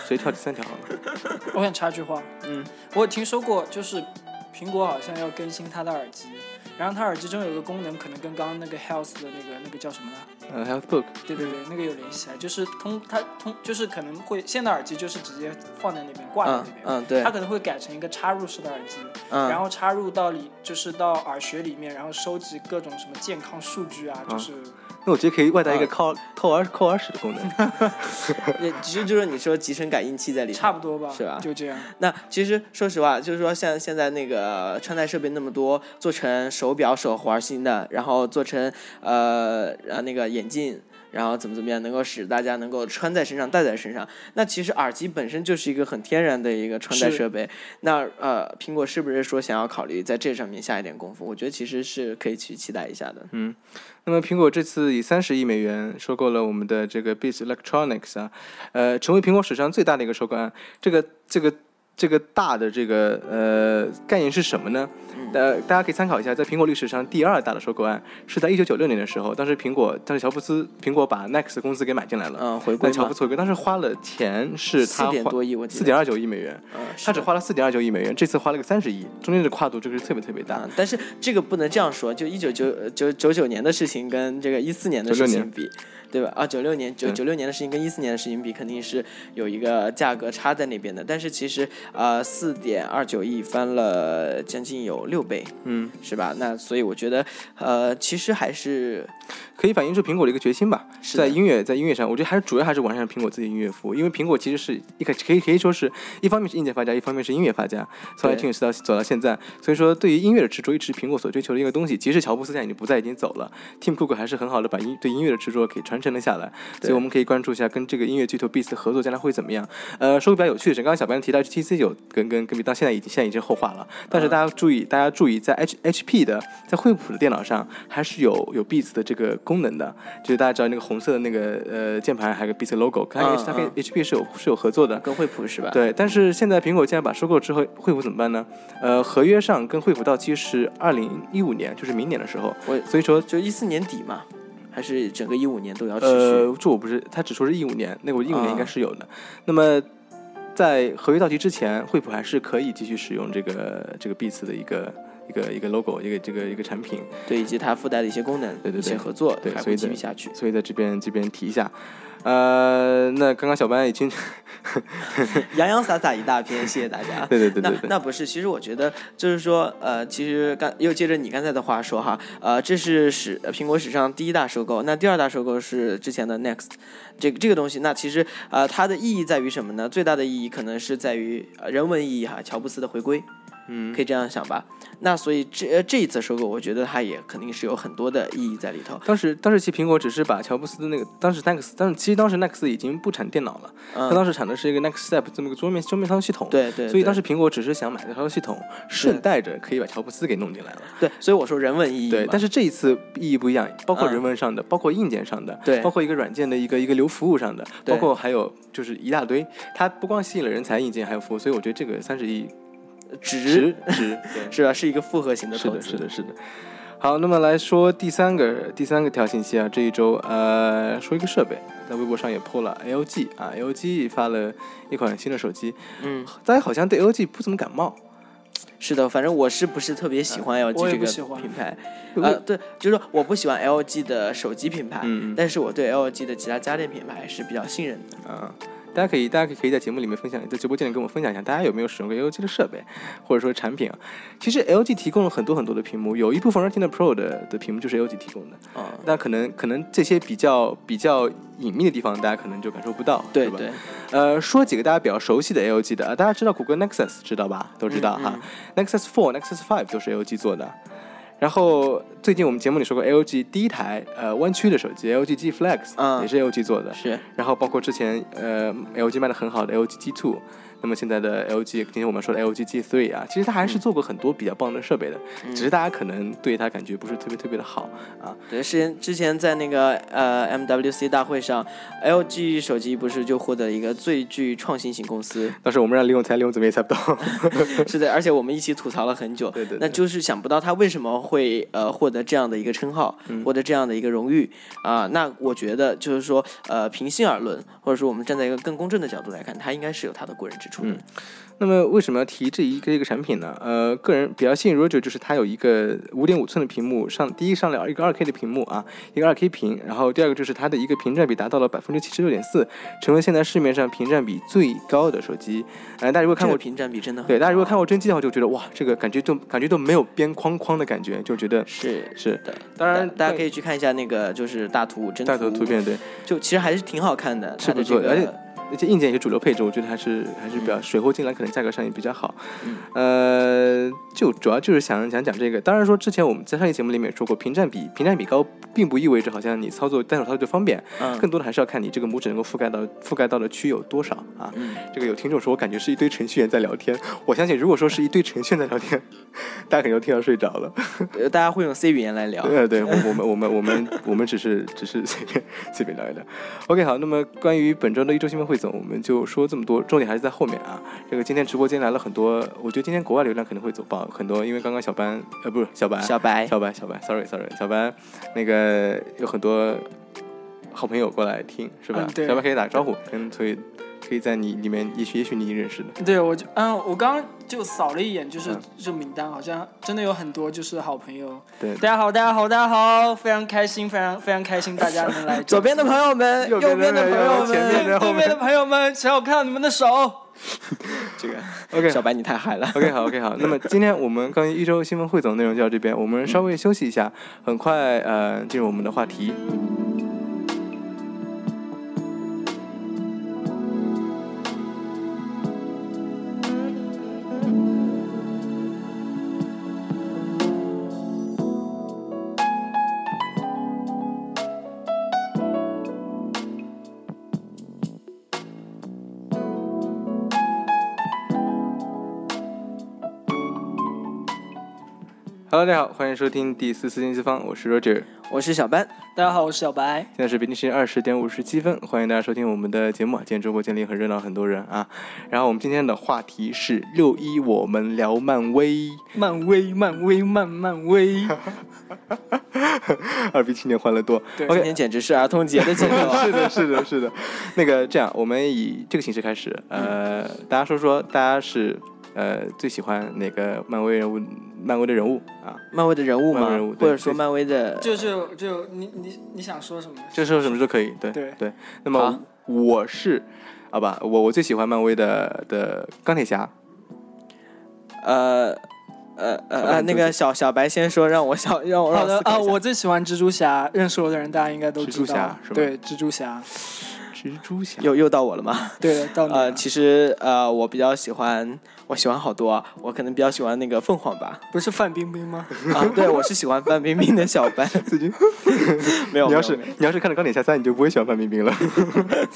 Speaker 1: 谁跳第三条好了？
Speaker 3: 我想插句话，
Speaker 2: 嗯，
Speaker 3: 我有听说过，就是苹果好像要更新它的耳机，然后它耳机中有个功能，可能跟刚刚那个 Health 的那个那个叫什么来？
Speaker 1: 呃，Health Book，
Speaker 3: 对对对，那个有联系啊，就是通它通就是可能会现在耳机就是直接放在那边挂在那
Speaker 2: 嗯
Speaker 3: 边，
Speaker 2: 嗯，对
Speaker 3: 它，可能会改成一个插入式的耳机，
Speaker 2: 嗯，
Speaker 3: 然后插入到里就是到耳穴里面，然后收集各种什么健康数据啊，就是、
Speaker 1: 那我觉得可以外带一个
Speaker 2: 啊
Speaker 1: 靠扣耳扣耳屎的功能。
Speaker 2: 也其实就是你说集成感应器在里头
Speaker 3: 差不多吧，
Speaker 2: 是吧
Speaker 3: 就这样，
Speaker 2: 那其实说实话，就是说像现在那个穿戴设备那么多，做成手表、手环新的，然后做成呃呃那个眼镜，然后怎么怎么样，能够使大家能够穿在身上、戴在身上。那其实耳机本身就是一个很天然的一个穿戴
Speaker 3: 是
Speaker 2: 设备。那呃，苹果是不是说想要考虑在这上面下一点功夫？我觉得其实是可以去期待一下的。
Speaker 1: 嗯那么，苹果这次以三十亿美元收购了我们的这个 Beats Electronics 啊，呃，成为苹果史上最大的一个收购案。这个这个这个大的这个呃概念是什么呢？
Speaker 2: 嗯
Speaker 1: 呃，大家可以参考一下，在苹果历史上第二大的收购案是在一九九六年的时候，当时苹果，当时乔布斯，苹果把 Next 公司给买进来了。
Speaker 2: 嗯，回
Speaker 1: 但
Speaker 2: 归
Speaker 1: 乔布斯回归，当时花了钱是他
Speaker 2: 四
Speaker 1: 花
Speaker 2: 点多亿，我记
Speaker 1: 四
Speaker 2: 得
Speaker 1: 点二九亿美元，
Speaker 2: 嗯是
Speaker 1: 他只
Speaker 2: 的
Speaker 1: 花了四点二九亿美元，这次花了个三十亿，中间的跨度这个是特别特别大。
Speaker 2: 啊，但是这个不能这样说，就一九九九九九年的事情跟这个一四年的事
Speaker 1: 96
Speaker 2: 情
Speaker 1: 年
Speaker 2: 比，对吧？啊，九六年九九六年的事情跟一四年的事情比，肯定是有一个价格差在那边的。但是其实啊，四点二九亿翻了将近有六倍，
Speaker 1: 嗯，
Speaker 2: 是吧？那所以我觉得，呃，其实还是
Speaker 1: 可以反映出苹果的一个决心吧，
Speaker 2: 是
Speaker 1: 在
Speaker 2: 的嗯
Speaker 1: 音乐在音乐上，我觉得还是主要还是完善苹果自己的音乐服务，因为苹果其实是一个可以可以说是一方面是硬件发家，一方面是音乐发家，从
Speaker 2: 对
Speaker 1: iTunes 到走到现在，所以说对于音乐的执着一直是苹果所追求的一个东西。即使乔布斯现在已经不在，已经走了，Tim Cook 还是很好的把音对音乐的执着给传承了下来，所以我们可以关注一下跟这个音乐巨头 Beats 的合作将来会怎么样。呃，说个比较有趣的是，刚刚小白提到 HTC 有跟跟跟到现在已经现在已经后话了，但是大家注意，大家注意，在 H HP 的在惠普的电脑上还是有有 Beats 的这个功能的，就是大家知道那个红色的那个呃键盘，还有个 Beats logo，它跟
Speaker 2: 嗯
Speaker 1: 它跟
Speaker 2: 嗯
Speaker 1: HP 是有是有合作的。
Speaker 2: 跟惠普是吧？，
Speaker 1: 对，但是现在苹果既然把收购之后，惠普怎么办呢？呃，合约上跟惠普到期是二零一五年，就是明年的时候，
Speaker 2: 我
Speaker 1: 所以说
Speaker 2: 就一四年底嘛，还是整个一五年都要持续。
Speaker 1: 呃，这我不是，他只说是一五年，那我一五
Speaker 2: 哦啊
Speaker 1: 年应该是有的。那么在合约到期之前，惠普还是可以继续使用这个这个 Beats 的一个一个一个 logo，一个这个一个产品。
Speaker 2: 对，以及它附带的一些功能，
Speaker 1: 对对对
Speaker 2: 一些合作，
Speaker 1: 对
Speaker 2: 还
Speaker 1: 所
Speaker 2: 会
Speaker 1: 以
Speaker 2: 继续
Speaker 1: 的
Speaker 2: 下去。
Speaker 1: 所以在这边这边提一下。呃，那刚刚小班已经
Speaker 2: 洋洋洒洒一大篇，谢谢大家。
Speaker 1: 对对对对
Speaker 2: 那
Speaker 1: 对
Speaker 2: 那不是，其实我觉得就是说，呃，其实刚又接着你刚才的话说哈，呃，这是史呃苹果史上第一大收购，那第二大收购是之前的 Next，这个这个东西，那其实呃它的意义在于什么呢？最大的意义可能是在于、呃人文意义哈，乔布斯的回归，
Speaker 1: 嗯
Speaker 2: 可以这样想吧。那所以这呃这一次收购，我觉得它也肯定是有很多的意义在里头。
Speaker 1: 当时当时其实苹果只是把乔布斯的那个当时 Next，当时其实当时 Next 已经不产电脑了，
Speaker 2: 嗯
Speaker 1: 它，当时产的是一个 Next Step 这么个桌面桌面操作系统。。
Speaker 2: 对对，
Speaker 1: 所
Speaker 2: 对
Speaker 1: 以当时苹果只是想买这套系统，顺带着可以把乔布斯给弄进来了。
Speaker 2: 对，所以我说人文意义
Speaker 1: 对，
Speaker 2: 嘛
Speaker 1: 但是这一次意义不一样，包括
Speaker 2: 嗯
Speaker 1: 人文上的，包括硬件上的，
Speaker 2: 对
Speaker 1: 包括一个软件的一个一个流服务上的，
Speaker 2: 对
Speaker 1: 包括还有就是一大堆，它不光吸引了人才、硬件还有服务，所以我觉得这个三十亿值
Speaker 2: 值
Speaker 1: 值，
Speaker 2: [LAUGHS] 是吧？是一个复合型
Speaker 1: 对，
Speaker 2: 的
Speaker 1: 是
Speaker 2: 投
Speaker 1: 的，
Speaker 2: 资，
Speaker 1: 是的，是的。好，那么来说第三个第三个条信息啊，这一周呃说一个设备，在微博上也 PO 了 LG 啊，LG 发了一款新的手机，
Speaker 2: 嗯。
Speaker 1: 大家好像对 LG 不怎么感冒，
Speaker 2: 是的，反正我是不是特别喜欢 LG
Speaker 3: 嗯我也
Speaker 2: 这
Speaker 3: 不喜
Speaker 2: 个
Speaker 3: 欢
Speaker 2: 品
Speaker 3: [LAUGHS]
Speaker 2: 牌？
Speaker 1: 我
Speaker 2: 呃，对，就是说我不喜欢 LG 的手机品牌，
Speaker 1: 嗯嗯
Speaker 2: 但是我对 LG 的其他家电品牌是比较信任的。
Speaker 3: 嗯
Speaker 1: 啊，大家可以，大家可以可以在节目里面分享，在直播间里跟我分享一下，大家有没有使用过 LG 的设备或者说产品啊？其实 LG 提供了很多很多的屏幕，有一部分 Retina Pro 的的屏幕就是 LG 提供的。
Speaker 2: 嗯，
Speaker 1: 那可能可能这些比较比较隐秘的地方，大家可能就感受不到，
Speaker 2: 对
Speaker 1: 是吧？
Speaker 2: 对，
Speaker 1: 呃，说几个大家比较熟悉的 LG 的，啊大家知道谷歌 Nexus 知道吧？都知道哈、Nexus
Speaker 2: 嗯
Speaker 1: Four、Nexus Five 都是 LG 做的。然后最近我们节目里说过，LG 第一台呃弯曲的手机 LG G Flex、
Speaker 2: 嗯
Speaker 1: 也是 LG 做的，
Speaker 2: 是
Speaker 1: 然后包括之前呃 LG 卖的很好的 LG G Two，那么现在的 LG，今天我们说的 LG G Three 啊，其实它还是做过很多比较棒的设备的，只是大家可能对它感觉不是特别特别的好啊。
Speaker 2: 对，之前之前在那个呃 MWC 大会上，LG 手机不是就获得一个最具创新型公司？
Speaker 1: 当时我们让李永才，李永怎么也猜不到。
Speaker 2: 是的，而且我们一起吐槽了很久。
Speaker 1: 对对对
Speaker 2: 那就是想不到他为什么会呃获得这样的一个称号，
Speaker 1: 嗯
Speaker 2: 获得这样的一个荣誉啊、那我觉得就是说，呃，平心而论，或者说我们站在一个更公正的角度来看，他应该是有他的过人之处的。
Speaker 1: 嗯那么为什么要提这一个这个产品呢？呃，个人比较吸引 Roger 就是它有一个五点五寸的屏幕，上第一上了一个二 K 的屏幕啊，一个二 K 屏，然后第二个就是它的一个屏占比达到了百分之七十六点四，成为现在市面上屏占比最高的手机。呃，大家如果看
Speaker 2: 这
Speaker 1: 过
Speaker 2: 个屏占比真的很
Speaker 1: 对，大家如果
Speaker 2: 高
Speaker 1: 看过真机的话，就觉得哇，这个感觉就感觉都没有边框框的感觉，就觉得
Speaker 2: 是
Speaker 1: 是。
Speaker 2: 的，
Speaker 1: 当然，
Speaker 2: 大家可以去看一下那个就是大图真
Speaker 1: 带头图，片对，
Speaker 2: 就其实还是挺好看的，
Speaker 1: 是
Speaker 2: 它的
Speaker 1: 不错
Speaker 2: 这个
Speaker 1: 而且而且硬件也是主流配置，我觉得还是还是
Speaker 2: 嗯
Speaker 1: 比较水货进来，可能价格上也比较好。呃，就主要就是想想讲这个。当然说之前我们在上一节目里面也说过，屏占比屏占比高，并不意味着好像你操作单手操作就方便，
Speaker 2: 嗯
Speaker 1: 更多的还是要看你这个拇指能够覆盖到覆盖到的区有多少啊。
Speaker 2: 嗯
Speaker 1: 这个有听众说，我感觉是一堆程序员在聊天。我相信，如果说是一堆程序员在聊天， [LAUGHS] 大家可能就听到睡着了。
Speaker 2: 呃大家会用 C 语言来聊，
Speaker 1: 呃，对，我我们我们我们我们只是只是随便随便聊一聊。OK，好，那么关于本周的一周新闻汇总，我们就说这么多，重点还是在后面啊。这个今天直播间来了很多，我觉得今天国外流量可能会走爆很多，因为刚刚小班呃不是小白
Speaker 2: 小白，
Speaker 1: 小白小白，sorry sorry，小白那个有很多好朋友过来听是吧
Speaker 3: 嗯？对
Speaker 1: 小白可以打个招呼，跟所以可以在你里面，也许也许你认识的，
Speaker 3: 对，我就嗯，我刚刚就扫了一眼，就是
Speaker 1: 嗯
Speaker 3: 这名单，好像真的有很多就是好朋友。
Speaker 1: 对
Speaker 3: 大家好，大家好，大家好，非常开心，非常非常开心，大家能来。
Speaker 2: 左边的朋友们，
Speaker 1: 右
Speaker 2: 右
Speaker 1: 边的
Speaker 2: 边的朋
Speaker 1: 朋友
Speaker 2: 友
Speaker 1: 们前面
Speaker 2: 们，
Speaker 1: 的
Speaker 3: 对面的朋友们，想要看到你们的手。
Speaker 1: 这个 OK
Speaker 2: 小白你太嗨了。
Speaker 1: OK，好，OK，好。那么今天我们关于一周新闻汇总内容就到这边，我们稍微休息一下，很快呃进入我们的话题。Hello，大家好，欢迎收听第四四星四方，我是 Roger，
Speaker 2: 我是小班，
Speaker 3: 大家好，我是小白。
Speaker 1: 现在是北京时间二十点五十七分，欢迎大家收听我们的节目啊。今天直播间里很热闹，很多人啊。然后我们今天的话题是六一，我们聊漫威。
Speaker 3: 漫威，漫威，漫漫威。
Speaker 1: 二比去年欢乐多。
Speaker 3: 对
Speaker 1: OK，
Speaker 2: 今天简直是儿童节的节
Speaker 1: [LAUGHS]
Speaker 2: 目。
Speaker 1: 是的，是的，是的。那个这样，我们以这个形式开始。呃，大家说说，大家是呃最喜欢哪个漫威人物？漫威的人物啊，
Speaker 2: 漫威的人物
Speaker 1: 漫
Speaker 2: 嘛
Speaker 1: 威人物，
Speaker 2: 或
Speaker 1: 对
Speaker 2: 者说漫威的，
Speaker 3: 就就就你你你想说什么？
Speaker 1: 这时候什么时候可以？对
Speaker 3: 对
Speaker 1: 对。那么
Speaker 2: 好
Speaker 1: 我是。好吧，我我最喜欢漫威的的钢铁侠，
Speaker 2: 呃呃呃
Speaker 1: 小白
Speaker 2: 呃，那个小小白先说，让我想让我让我
Speaker 3: 好
Speaker 2: 思
Speaker 3: 的啊，
Speaker 1: 哦
Speaker 2: 考一下
Speaker 3: 我最喜欢蜘蛛侠，认识我的人大家应该都
Speaker 1: 蜘
Speaker 3: 知
Speaker 1: 蛛
Speaker 3: 道。
Speaker 1: 侠是吧
Speaker 3: 对，蜘蛛侠，
Speaker 1: 蜘蛛侠，
Speaker 2: 又又到我了吗？
Speaker 3: 对的，
Speaker 1: 嗯
Speaker 3: 到你了。
Speaker 2: 呃，其实呃，我比较喜欢，我喜欢好多啊，我可能比较喜欢那个凤凰吧。
Speaker 3: 不是范冰冰吗？
Speaker 2: 啊，对，我是喜欢范冰冰的小白，
Speaker 1: [LAUGHS] 最近
Speaker 2: 没有，
Speaker 1: 你
Speaker 2: 没
Speaker 1: 要
Speaker 2: 有
Speaker 1: 是
Speaker 2: 没有
Speaker 1: 你要是看了钢铁侠三，你就不会喜欢范冰冰了。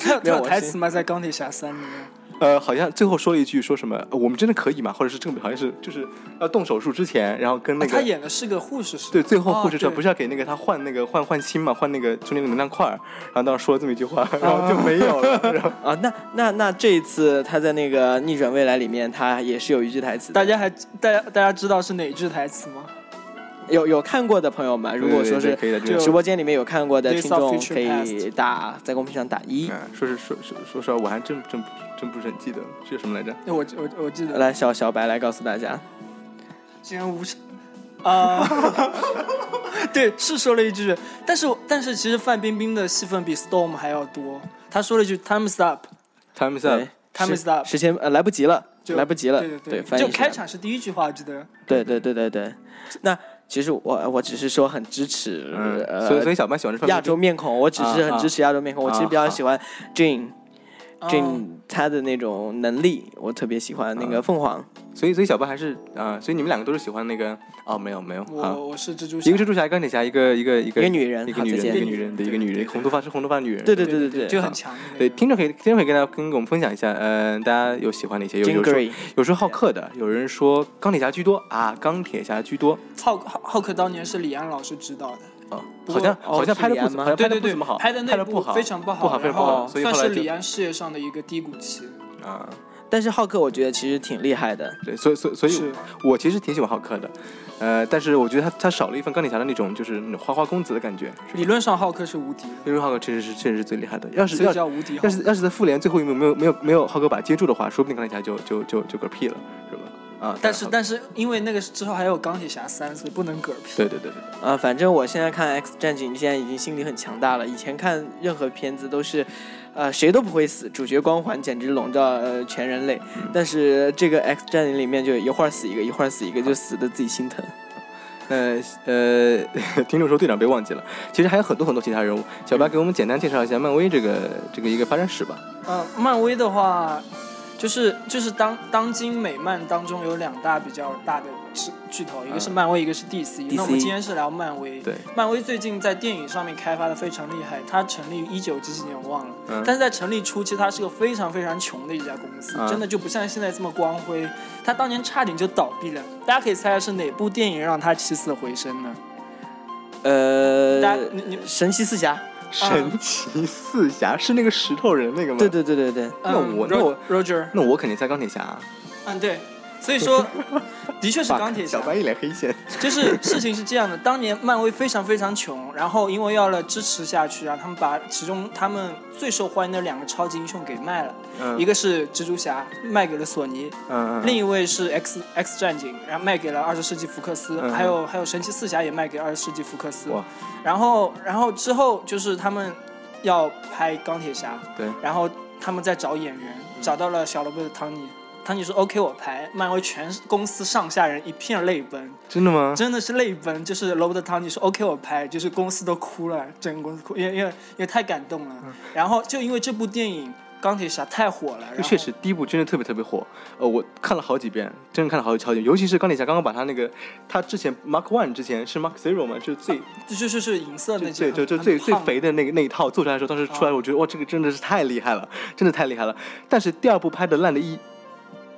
Speaker 3: 他有他
Speaker 2: 没有
Speaker 3: 有
Speaker 2: 我
Speaker 3: 台
Speaker 2: 是
Speaker 3: 词吗？在钢铁侠三里面。
Speaker 1: 呃，好像最后说了一句说什么，呃我们真的可以吗？或者是这个好像是就是要动手术之前，然后跟那
Speaker 3: 啊
Speaker 1: 个、
Speaker 3: 他演的是个护士，是
Speaker 1: 对，
Speaker 3: 吗
Speaker 1: 最后护士
Speaker 3: 哦
Speaker 1: 车
Speaker 3: 对
Speaker 1: 不是要给那个他换那个换换芯嘛，换那个充电的能量块儿，然后当时说了这么一句话，然后就没有了。然后
Speaker 2: 啊，那那那这一次他在那个逆转未来里面，他也是有一句台词的，
Speaker 3: 大家还大家大家知道是哪句台词吗？
Speaker 2: 有有看过的朋友们，如果说
Speaker 1: 对对对
Speaker 2: 是
Speaker 1: 可以的，这
Speaker 3: 就
Speaker 1: 个
Speaker 2: 直播间里面有看过的
Speaker 3: Days
Speaker 2: 听
Speaker 3: of
Speaker 2: 众，
Speaker 3: Future
Speaker 2: 可以打在公屏上打一。
Speaker 1: 嗯说是说说说实话，我还真真不真不是很记得是什么
Speaker 2: 哎
Speaker 1: 来着。
Speaker 3: 那我我我记得
Speaker 2: 来，小小白来告诉大家，
Speaker 3: 竟然无视 [LAUGHS] 啊， [LAUGHS] 对，是说了一句，但是但是其实范冰冰的戏份比 Storm 还要多，她说了一句 Time's up，Time's
Speaker 1: Time's up，
Speaker 2: 哎时
Speaker 3: up，
Speaker 2: 时间呃来不及了，
Speaker 3: 就
Speaker 2: 来不及了，
Speaker 3: 对对
Speaker 2: 翻译
Speaker 3: 就是开
Speaker 2: 来
Speaker 3: 场是第一句话，我记得
Speaker 2: 对对对对对。那其实我我只是说很支持，
Speaker 1: 嗯，
Speaker 2: 呃
Speaker 1: 所以所以小班喜欢这范
Speaker 2: 亚
Speaker 1: 冰冰
Speaker 2: 洲面孔，我只是很支持亚洲面孔。
Speaker 1: 啊
Speaker 2: 我
Speaker 1: 啊
Speaker 2: 其实比较喜欢 Jane、
Speaker 3: 哦
Speaker 2: Jane 她的那种能力，我特别喜欢那
Speaker 1: 啊
Speaker 2: 个凤凰。
Speaker 1: 所以所以小班还是啊、所以你们两个都是喜欢那个哦，没有没有啊
Speaker 3: 我。我是蜘蛛侠
Speaker 1: 一个，蜘蛛侠，一个钢铁侠，一个一个一个
Speaker 2: 一个女人
Speaker 1: 一个
Speaker 2: 好
Speaker 1: 女人，
Speaker 2: 再
Speaker 1: 一
Speaker 2: 见
Speaker 1: 个女人对一个女人，红头发是红头发女人。
Speaker 2: 对对
Speaker 3: 对
Speaker 2: 对对
Speaker 3: 就很
Speaker 1: 好
Speaker 3: 强的那
Speaker 1: 对，
Speaker 3: 个
Speaker 1: 听众可以听众可以跟大家跟跟我们分享一下，嗯、大家有喜欢哪些？有
Speaker 2: j a n
Speaker 1: 有
Speaker 2: e
Speaker 1: 说
Speaker 2: Grey，
Speaker 1: 有说好客的，有人说钢铁侠居多啊，钢铁侠居多。
Speaker 3: 浩浩浩克当年是李安老师指导的，
Speaker 1: 哦，
Speaker 3: 不
Speaker 1: 好
Speaker 3: 过
Speaker 1: 像
Speaker 2: 哦
Speaker 1: 好像
Speaker 2: 是
Speaker 1: 拍的
Speaker 2: 李
Speaker 1: 不
Speaker 2: 安
Speaker 1: 怎
Speaker 2: 吗
Speaker 1: 么，好像
Speaker 3: 对
Speaker 1: 拍
Speaker 3: 对
Speaker 1: 的不
Speaker 3: 对
Speaker 1: 怎么好，，
Speaker 3: 拍的
Speaker 1: 拍
Speaker 3: 那
Speaker 1: 的不好，
Speaker 3: 非常不
Speaker 1: 不好，非
Speaker 3: 然
Speaker 1: 常不好，
Speaker 3: 后
Speaker 1: 所以
Speaker 3: 算
Speaker 1: 后
Speaker 3: 是
Speaker 1: 来
Speaker 3: 李
Speaker 1: 就
Speaker 3: 安事业上的一个低谷期。
Speaker 1: 啊，
Speaker 2: 但是浩克我觉得其实挺厉害的。
Speaker 1: 对，所以所以所以
Speaker 3: 是，
Speaker 1: 我其实挺喜欢浩克的，呃，但是我觉得他他少了一份钢铁侠的那种就是那种花花公子的感觉，
Speaker 3: 理论上浩克是无敌的，
Speaker 1: 因为浩克确实是确实是最厉害的，要是
Speaker 3: 所以
Speaker 1: 要。
Speaker 3: 叫无敌浩
Speaker 1: 要
Speaker 3: 克。
Speaker 1: 是要是在复联最后一幕没有没有没有浩克把他接住的话，说不定钢铁侠就就就就嗝屁了，是吧？啊，
Speaker 3: 但是
Speaker 1: 浩克
Speaker 3: 但是因为那个之后还有钢铁侠三，所以不能嗝屁。
Speaker 1: 对对对对，
Speaker 2: 啊，反正我现在看《X 战警》，现在已经心里很强大了。以前看任何片子都是，呃，谁都不会死，主角光环简直笼罩呃全人类。
Speaker 3: 嗯
Speaker 2: 但是这个《X 战警》里面就一会儿死一个，一会儿死一个，就死的自己心疼。
Speaker 1: 那呃， [LAUGHS] 听众说队长被忘记了，其实还有很多很多其他人物。小白给我们简单介绍一下漫威这个这个一个发展史吧。
Speaker 3: 呃，漫威的话，就是就是当当今美漫当中有两大比较大的巨巨头，一个是漫威，一个是 DC。那我们
Speaker 2: DC
Speaker 3: 今天是聊漫威。
Speaker 1: 嗯对，
Speaker 3: 漫威最近在电影上面开发的非常厉害，它成立一九几几年我忘了，
Speaker 1: 嗯
Speaker 3: 但是在成立初期，它是个非常非常穷的一家公司，
Speaker 1: 嗯
Speaker 3: 真的就不像现在这么光辉。它当年差点就倒闭了，大家可以猜猜是哪部电影让它起死回生呢？大家
Speaker 2: 呃，
Speaker 3: 你你啊
Speaker 2: 神奇四侠
Speaker 1: 神奇四侠是那个石头人那个吗？
Speaker 2: 对对对对对，
Speaker 1: 那我
Speaker 3: 嗯
Speaker 1: 那我
Speaker 3: Ro- Roger，
Speaker 1: 那我肯定猜钢铁侠啊，
Speaker 3: 嗯，对，所以
Speaker 1: [LAUGHS]
Speaker 3: 说，的确是钢铁侠
Speaker 1: 小。白一脸黑线。
Speaker 3: 就是事情是这样的，当年漫威非常非常穷，然后因为要了支持下去啊，他们把其中他们最受欢迎的两个超级英雄给卖了，
Speaker 1: 嗯
Speaker 3: 一个是蜘蛛侠卖给了索尼，
Speaker 1: 嗯嗯
Speaker 3: 另一位是 X X 战警，然后卖给了二十世纪福克斯，
Speaker 1: 嗯
Speaker 3: 还有还有神奇四侠也卖给二十世纪福克斯
Speaker 1: 哇，
Speaker 3: 然后然后之后就是他们要拍钢铁侠，
Speaker 1: 对，嗯
Speaker 3: 然后他们在找演员，找到了小萝卜的汤尼。汤尼说：“OK，我拍。”漫威全公司上下人一片泪奔，
Speaker 1: 真的吗？
Speaker 3: 真的是泪奔，就是罗伯特·唐尼说 OK 我拍，就是公司都哭了，整个公司哭，因为因为因为太感动了。
Speaker 1: 嗯
Speaker 3: 然后就因为这部电影《钢铁侠》太火了，然后
Speaker 1: 确实，第一部真的特别特别火，呃，我看了好几遍，真的看了好几好几遍，尤其是钢铁侠刚刚把他那个，他之前 Mark One 之前是 Mark Zero 嘛，就是最
Speaker 3: 就是就是银色那
Speaker 1: 最
Speaker 3: 件，
Speaker 1: 就就
Speaker 3: 很
Speaker 1: 最最
Speaker 3: 胖嗯
Speaker 1: 肥的那个那一套做出来的时候，当时出来，我觉得哇，这个真的是太厉害了，真的太厉害了。但是第二部拍的烂的一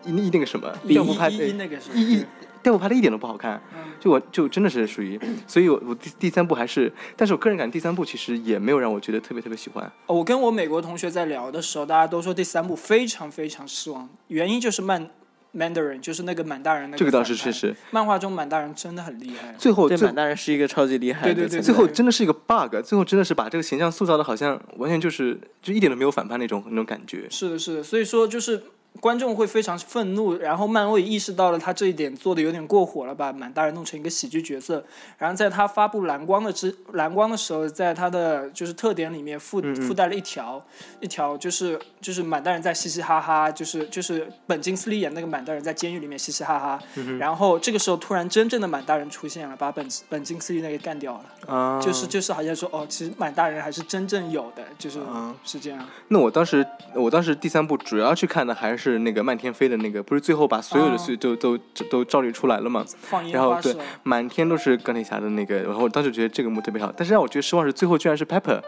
Speaker 1: 一一那个什么，
Speaker 3: 一
Speaker 1: 第二部拍的
Speaker 3: 一一那个是
Speaker 1: 一一第二部拍的一点都不好看，
Speaker 3: 嗯
Speaker 1: 就我就真的是属于，所以我我第第三部还是，但是我个人感觉第三部其实也没有让我觉得特别特别喜欢，
Speaker 3: 呃我跟我美国同学在聊的时候，大家都说第三部非常非常失望，原因就是曼 Mandarin，就是那个满大人那
Speaker 1: 这个倒
Speaker 3: 反
Speaker 1: 是
Speaker 3: 派
Speaker 1: 确。实。
Speaker 3: 漫画中满大人真的很厉害，
Speaker 1: 最后
Speaker 2: 对
Speaker 1: 最
Speaker 2: 满大人是一个超级厉害的
Speaker 3: 对对
Speaker 2: 存在，
Speaker 3: 对对
Speaker 1: 最后真的是一个 bug，最后真的是把这个形象塑造的好像完全就是就一点都没有反叛那种那种感觉。
Speaker 3: 是的，是的，所以说就是观众会非常愤怒，然后漫威意识到了他这一点做的有点过火了，把满大人弄成一个喜剧角色，然后在他发布蓝光的之蓝光的时候，在他的就是特点里面
Speaker 1: 嗯
Speaker 3: 附附带了一条一条就是就是满大人在嘻嘻哈哈，就是就是本金斯利演那个满大人在监狱里面嘻嘻哈哈，
Speaker 1: 嗯
Speaker 3: 然后这个时候突然真正的满大人出现了，把本本金斯利那个干掉了，
Speaker 1: 啊
Speaker 3: 就是就是好像说哦，其实满大人还是真正有的，就是、
Speaker 1: 啊
Speaker 3: 是这样。
Speaker 1: 那我当时我当时第三部主要去看的还是那个漫天飞的那个，不是最后把所有的
Speaker 3: 哦
Speaker 1: 所都都都都照例出来了嘛？
Speaker 3: 放烟
Speaker 1: 然后
Speaker 3: 花
Speaker 1: 对
Speaker 3: 是吧？，
Speaker 1: 满天都是钢铁侠的那个，然后我当时觉得这个幕特别好，但是让我觉得失望是最后居然是 Pepper，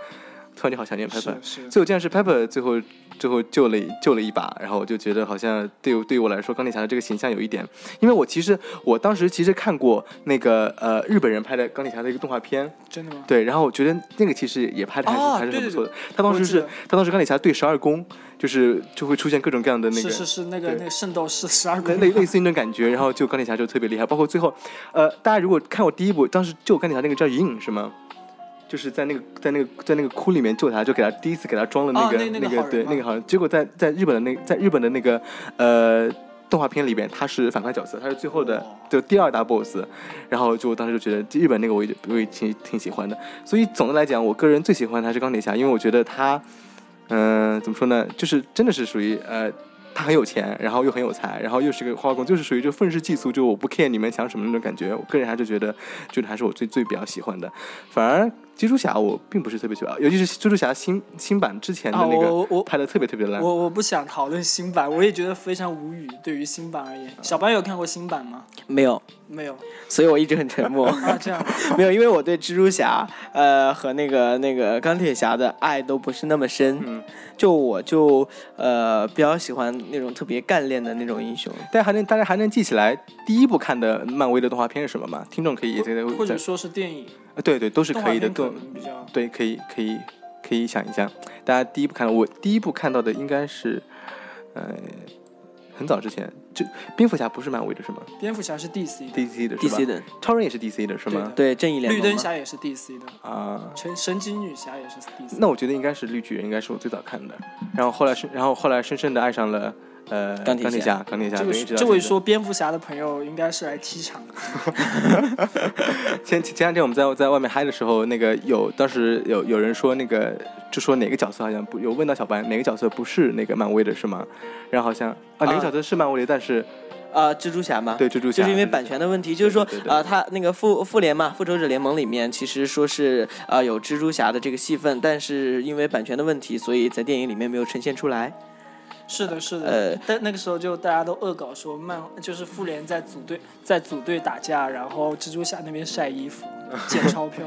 Speaker 1: 突然就好想念 Pepper
Speaker 3: 是。是
Speaker 1: 最后竟然是 Pepper 最后最后救了一救了一把，然后我就觉得好像对于对于我来说，钢铁侠的这个形象有一点，因为我其实我当时其实看过那个呃日本人拍的钢铁侠的一个动画片，
Speaker 3: 真的吗？
Speaker 1: 对，然后我觉得那个其实也拍的还是、
Speaker 3: 哦
Speaker 1: 还是很
Speaker 3: 对
Speaker 1: 不
Speaker 3: 对
Speaker 1: 错的。他当
Speaker 3: 我
Speaker 1: 时
Speaker 3: 记
Speaker 1: 是
Speaker 3: 得
Speaker 1: 他当时钢铁侠对十二宫，就是就会出现各种各样的那个
Speaker 3: 是是是，那个
Speaker 1: 对
Speaker 3: 那个圣斗士十二
Speaker 1: 类
Speaker 3: 宫
Speaker 1: 类类似于那种感觉，然后就钢铁侠就特别厉害，包括最后，呃，大家如果看过第一部，当时救钢铁侠那个叫隐隐是吗？就是在那个在那个在那个窟里面救他，就给他第一次给他装了那个、
Speaker 3: 哦那那个好人
Speaker 1: 对
Speaker 3: 吗
Speaker 1: 那个好像，结果在在日本的那在日本的那个呃动画片里边，他是反派角色，他是最后的、
Speaker 3: 哦
Speaker 1: 就第二大 boss，然后就我当时就觉得日本那个我也我也挺挺喜欢的，所以总的来讲，我个人最喜欢的还是钢铁侠，因为我觉得他。嗯、怎么说呢？就是真的是属于呃，他很有钱，然后又很有才，然后又是个花花公子，就是属于就愤世嫉俗，就我不 care 你们想什么那种感觉。我个人还是觉得，觉得还是我最最比较喜欢的。反而蜘蛛侠我并不是特别喜欢，尤其是蜘蛛侠新新版之前的
Speaker 3: 啊！
Speaker 1: 那个、
Speaker 3: 我我我
Speaker 1: 拍的特别特别烂。
Speaker 3: 我我不想讨论新版，我也觉得非常无语。对于新版而言，
Speaker 1: 嗯
Speaker 3: 小白有看过新版吗？
Speaker 2: 没有，
Speaker 3: 没
Speaker 1: [LAUGHS]
Speaker 3: 有
Speaker 2: 所以我一直很沉
Speaker 3: [LAUGHS]
Speaker 2: 默。
Speaker 3: 啊，这样
Speaker 2: 没有，因为我对蜘蛛侠，呃，和那个那个钢铁侠的爱都不是那么深。
Speaker 1: 嗯，
Speaker 2: 就我就呃比较喜欢那种特别干练的那种英雄。
Speaker 1: 大家还能大家还能记起来第一部看的漫威的动画片是什么吗？听众可以也在
Speaker 3: 或者
Speaker 1: 在呃
Speaker 3: 说是电影，
Speaker 1: 对对都是
Speaker 3: 动
Speaker 1: 可
Speaker 3: 画
Speaker 1: 以的，
Speaker 3: 片可
Speaker 1: 都
Speaker 3: 能比较
Speaker 1: 对，可以，可以，可以想一下。大家第一部看到，我第一部看到的应该是，呃，很早之前，就蝙蝠侠不是漫威的是吗
Speaker 3: 蝙蝠侠是 DC 的，
Speaker 1: ？DC 的是吧
Speaker 2: DC 的，
Speaker 1: 超人也是 DC 的是吗？
Speaker 2: 对正义联
Speaker 3: 绿
Speaker 2: 盟
Speaker 3: 灯
Speaker 2: 嘛
Speaker 3: 侠也是 DC 的，
Speaker 1: 啊、
Speaker 3: 神神奇女侠也是 DC 的。
Speaker 1: 那我觉得应该是绿巨人，应该是我最早看的。然后后来是，然后后来深深的爱上了呃
Speaker 2: 钢铁
Speaker 1: 钢铁
Speaker 2: 侠
Speaker 1: 侠，钢铁侠。
Speaker 3: 这个
Speaker 1: 对
Speaker 3: 这位，
Speaker 1: 一直到
Speaker 3: 说蝙蝠侠的朋友应该是来踢场的，
Speaker 1: 现在前前前两天我们在在外面嗨的时候，那个有当时有有人说那个就说哪个角色好像不有问到小白哪个角色不是那个漫威的是吗？然后好像啊哪个
Speaker 2: 啊
Speaker 1: 角色是漫威的，但是
Speaker 2: 啊、蜘蛛侠嘛。
Speaker 1: 对，蜘蛛侠，
Speaker 2: 就是因为版权的问题，就是说
Speaker 1: 对对，对
Speaker 2: 呃，他那个复复联嘛，复仇者联盟里面其实说是呃有蜘蛛侠的这个戏份，但是因为版权的问题，所以在电影里面没有呈现出来。
Speaker 3: 是的，是的，
Speaker 2: 呃
Speaker 3: 但那个时候就大家都恶搞说漫，就是复联在组队在组队打架，然后蜘蛛侠那边晒衣服、捡钞
Speaker 1: [LAUGHS]
Speaker 3: 票，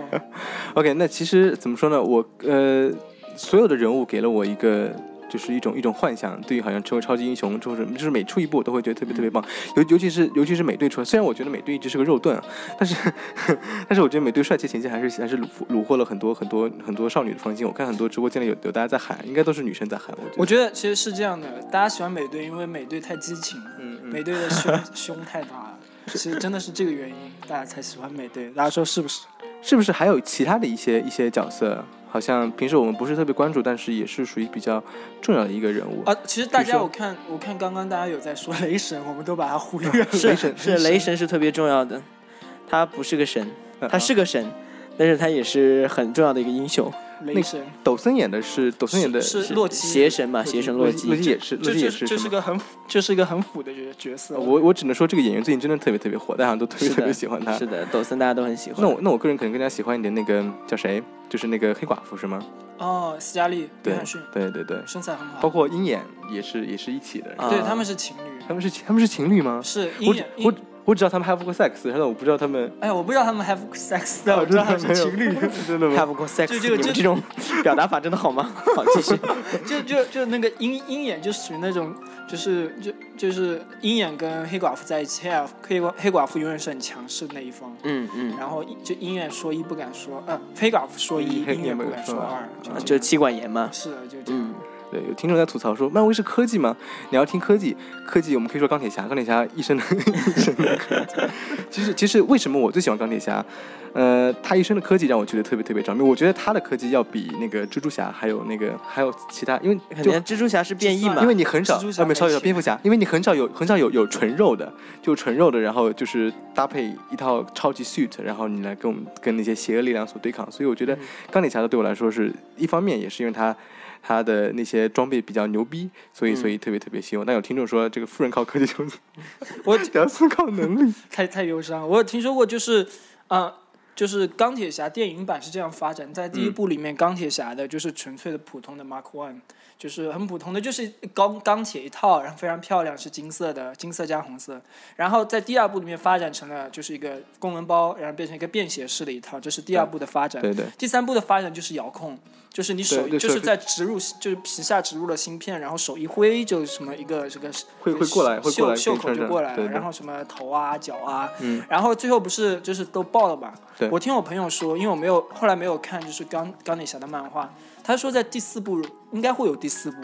Speaker 1: OK，那其实怎么说呢？我呃，所有的人物给了我一个就是一种一种幻想，对于好像成为超级英雄，就是就是每出一部我都会觉得特别特别棒，尤尤其是尤其是美队出来，虽然我觉得美队一直是个肉盾啊，但是 [LAUGHS] 但是我觉得美队帅气形象还是还是虏获虏获了很多很多很多少女的芳心。我看很多直播间里有有大家在喊，应该都是女生在喊，我
Speaker 3: 我
Speaker 1: 觉
Speaker 3: 觉
Speaker 1: 得
Speaker 3: 得其实是这样的，大家喜欢美队，因为美队太激情了，
Speaker 1: 嗯
Speaker 3: 美队的胸胸太大
Speaker 1: [LAUGHS]
Speaker 3: 了，其实真的是这个原因，大家才喜欢美队。大家说是不是？
Speaker 1: 是不是还有其他的一些一些角色，啊好像平时我们不是特别关注，但是也是属于比较重要的一个人物。
Speaker 3: 啊，其实大
Speaker 1: 比如
Speaker 3: 家
Speaker 1: 说
Speaker 3: 我看我看刚刚大家有在说雷神，我们都把他忽略了。
Speaker 2: 是
Speaker 1: [LAUGHS] 雷
Speaker 3: [LAUGHS]
Speaker 1: 神
Speaker 2: 是雷神是特别重要的，他不是个神，
Speaker 1: 嗯
Speaker 2: 他是个神，但是他也是很重要的一个英雄，
Speaker 3: 雷神
Speaker 1: 抖森演的是抖森演的
Speaker 3: 是
Speaker 2: 是
Speaker 3: 洛基
Speaker 2: 邪神嘛，邪神洛
Speaker 1: 洛
Speaker 2: 基。
Speaker 1: 基也是，洛
Speaker 3: 这
Speaker 1: 基
Speaker 3: 这
Speaker 1: 也
Speaker 3: 是
Speaker 1: 是
Speaker 3: 这
Speaker 1: 什
Speaker 3: 是
Speaker 1: 么哦
Speaker 3: 个很腐这是一个很腐的角角色。
Speaker 1: 我我只能说这个演员最近真的特别特别火，大家好像都特别
Speaker 2: 是
Speaker 1: 特别
Speaker 2: 的，
Speaker 1: 喜欢他。
Speaker 2: 是的，抖森大家都很喜欢。
Speaker 1: 那我那我个人可能更加喜欢一点那个叫谁，就是那个黑寡妇是吗？
Speaker 3: 哦，斯嘉丽约
Speaker 1: 对
Speaker 3: 翰逊
Speaker 1: 对对对，
Speaker 3: 身材很
Speaker 1: 包
Speaker 3: 好，
Speaker 1: 括鹰眼也是也是一起的。
Speaker 2: 啊
Speaker 3: 对他们是情侣，
Speaker 1: 他们是他们是情侣吗？
Speaker 3: 是鹰
Speaker 1: 我
Speaker 3: 眼
Speaker 1: 我
Speaker 3: 鹰。
Speaker 1: 我只知道他们 have 过 sex，但我不知道他们。
Speaker 3: 哎呀，我不知道他们 have sex，但我
Speaker 1: 哦
Speaker 3: 知道他们是情侣。
Speaker 1: 侣， [LAUGHS] 真的吗？
Speaker 2: have 过 sex，
Speaker 3: 就这个
Speaker 2: 你
Speaker 3: 这
Speaker 2: 们这种表达法真的好吗？ [LAUGHS] 好，继
Speaker 1: [LAUGHS]
Speaker 2: 续。
Speaker 3: 就就就那个鹰鹰眼就属于那种，就是就就是鹰眼跟黑寡妇在一起，黑寡黑寡黑寡妇永远是很强势的那一方。
Speaker 2: 嗯嗯，
Speaker 3: 然后就鹰眼说一不敢说，呃，黑寡妇说一，
Speaker 1: 嗯黑
Speaker 3: 鹰眼不敢
Speaker 1: 鹰
Speaker 3: 说
Speaker 1: 眼不
Speaker 3: 二
Speaker 1: 敢，
Speaker 3: 就这样
Speaker 1: 说二啊
Speaker 2: 啊就妻管严嘛。
Speaker 3: 是的，就这样。
Speaker 2: 嗯，
Speaker 1: 对，有听众在吐槽说，漫威是科技吗？你要听科技，科技我们可以说钢铁侠，钢铁侠一身的 [LAUGHS] 一身的科技。其实，其实为什么我最喜欢钢铁侠？呃，他一身的科技让我觉得特别特别着迷。我觉得他的科技要比那个蜘蛛侠还有那个还有其他，因为
Speaker 2: 肯
Speaker 1: 就
Speaker 2: 定蜘蛛侠是变异
Speaker 3: 就
Speaker 2: 嘛
Speaker 3: 算
Speaker 1: 因。为你很少，
Speaker 3: 蜘蛛侠
Speaker 1: 啊，没有
Speaker 3: 还
Speaker 1: 少有
Speaker 3: 行
Speaker 1: 蝙蝠侠，因为你很少有很少有有纯肉的，就纯肉的，然后就是搭配一套超级 suit，然后你来跟我们跟那些邪恶力量所对抗。所以我觉得
Speaker 3: 嗯
Speaker 1: 钢铁侠的对我来说是一方面，也是因为他他的那些装备比较牛逼，所
Speaker 3: 嗯
Speaker 1: 以所以特别特别希望。但有听众说这个富人靠科技穷， [LAUGHS]
Speaker 3: 我
Speaker 1: 屌丝靠
Speaker 3: [LAUGHS]
Speaker 1: 能力。
Speaker 3: 太太忧伤了。我有听说过，就是，呃，就是钢铁侠电影版是这样发展，在第一部里面，钢铁侠的就是纯粹的普通的 Mark One，就是很普通的，就是钢钢铁一套，然后非常漂亮，是金色的，金色加红色。然后在第二部里面发展成了就是一个公文包，然后变成一个便携式的一套，这是第二部的发展。
Speaker 1: 对对
Speaker 3: 第三步的发展就是遥控，就是你手
Speaker 1: 对对
Speaker 3: 就是
Speaker 1: 手
Speaker 3: 在植入，就是皮下植入了芯片，然后手一挥就什么一个这个
Speaker 1: 会会过来会过来
Speaker 3: 袖袖
Speaker 1: 可
Speaker 3: 口
Speaker 1: 以穿
Speaker 3: 就
Speaker 1: 上
Speaker 3: 过来
Speaker 1: 对
Speaker 3: 了，
Speaker 1: 对
Speaker 3: 然后什么头啊脚啊，
Speaker 1: 嗯，
Speaker 3: 然后最后不是就是都爆了嘛？
Speaker 1: 对
Speaker 3: 我听我朋友说，因为我没有后来没有看就是钢钢铁侠的漫画，他说在第四部应该会有第四部，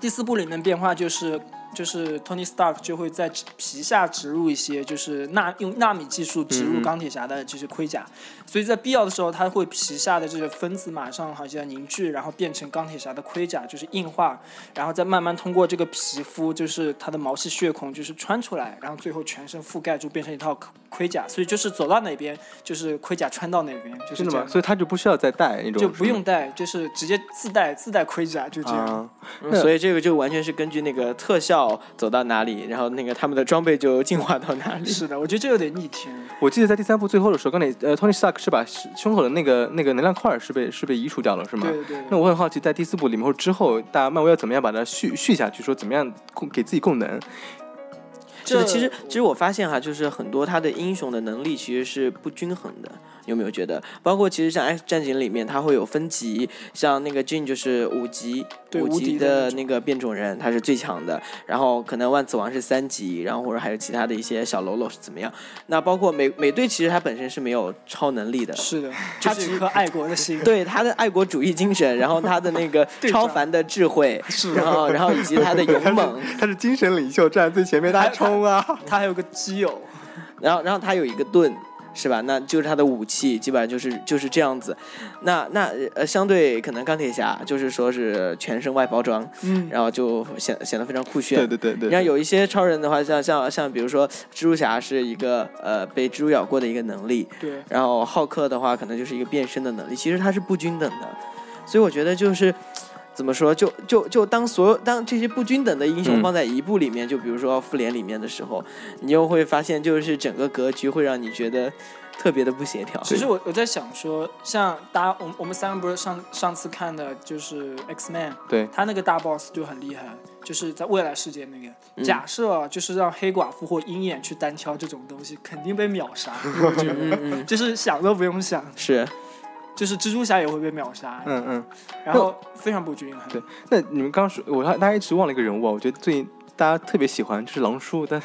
Speaker 3: 第四部里面变化就是。就是 Tony Stark 就会在皮下植入一些，就是纳用纳米技术植
Speaker 1: 嗯
Speaker 3: 入钢铁侠的就是盔甲，所以在必要的时候，它会皮下的这个分子马上好像凝聚，然后变成钢铁侠的盔甲，就是硬化，然后再慢慢通过这个皮肤，就是它的毛细血孔，就是穿出来，然后最后全身覆盖住，变成一套盔甲。所以就是走到哪边，就是盔甲穿到哪边，就是
Speaker 1: 真的
Speaker 3: 这
Speaker 1: 吗？
Speaker 3: 样，
Speaker 1: 所以他就不需要再带那种，
Speaker 3: 就不用带，就是直接自带自带盔甲，就这样。
Speaker 1: 啊。
Speaker 2: 嗯
Speaker 3: 呃
Speaker 2: 所以这个就完全是根据那个特效走到哪里，然后那个他们的装备就进化到哪里。
Speaker 3: [LAUGHS] 是的，我觉得这有点逆天。
Speaker 1: 我记得在第三部最后的时候，钢铁呃 Tony Stark 是把胸口的那个那个能量块儿是被是被移除掉了，是吗？
Speaker 3: 对对对。
Speaker 1: 那我很好奇，在第四部里面或之后，大家漫威要怎么样把它续续下去？说怎么样供给自己供能？
Speaker 2: 是的，
Speaker 3: 这
Speaker 2: 其实其实我发现哈，就是很多他的英雄的能力其实是不均衡的，有没有觉得？包括其实像《X 战警》里面，他会有分级，像那个 Jean 就是五级，
Speaker 3: 对
Speaker 2: 五
Speaker 3: 无敌
Speaker 2: 级的
Speaker 3: 的那
Speaker 2: 那个变种人，他是最强的。然后可能万磁王是三级，然后或者还有其他的一些小喽啰是怎么样？那包括美美队，其实他本身是没有超能力的，
Speaker 3: 是 [LAUGHS] 的，
Speaker 2: 他
Speaker 3: 就是
Speaker 2: 只
Speaker 3: 一颗爱国的
Speaker 1: [LAUGHS]
Speaker 3: 心。
Speaker 2: 对他的爱国主义精神，然后他的那个
Speaker 3: 对
Speaker 2: 超凡的智慧，然后然后以及他的勇
Speaker 3: 嗯
Speaker 2: 猛，
Speaker 1: 他是精神领袖，站在最前面，大
Speaker 3: [LAUGHS]
Speaker 1: 家冲啊！
Speaker 3: 他还有个基友，
Speaker 2: 然后然后他有一个盾，是吧？那就是他的武器，基本上就是就是这样子。那那呃，相对可能钢铁侠就是说是全身外包装，
Speaker 3: 嗯，
Speaker 2: 然后就显显得非常酷炫。
Speaker 1: 对对对对，
Speaker 2: 你看有一些超人的话，像像像比如说蜘蛛侠是一个呃被蜘蛛咬过的一个能力，
Speaker 3: 对，
Speaker 2: 然后浩克的话，可能就是一个变身的能力，其实它是不均等的，所以我觉得就是。怎么说？就就就当所有当这些不均等的英雄
Speaker 1: 嗯
Speaker 2: 放在一部里面，就比如说复联里面的时候，你又会发现，就是整个格局会让你觉得特别的不协调。
Speaker 3: 其实我我在想说，像大家我们我们三个不是上上次看的就是 X Man，
Speaker 1: 对
Speaker 3: 他那个大 boss 就很厉害，就是在未来世界那个，假设啊就是让黑寡妇或鹰眼去单嗯挑这种东西，肯定被秒杀，我觉得，就是想都不用想。
Speaker 2: 嗯是，
Speaker 3: 就是蜘蛛侠也会被秒杀，
Speaker 1: 嗯嗯。
Speaker 3: 然后 [LAUGHS] 非常不均衡。
Speaker 1: 对那你们刚说，我还大家一直忘了一个人物啊，我觉得最大家特别喜欢就是狼叔，但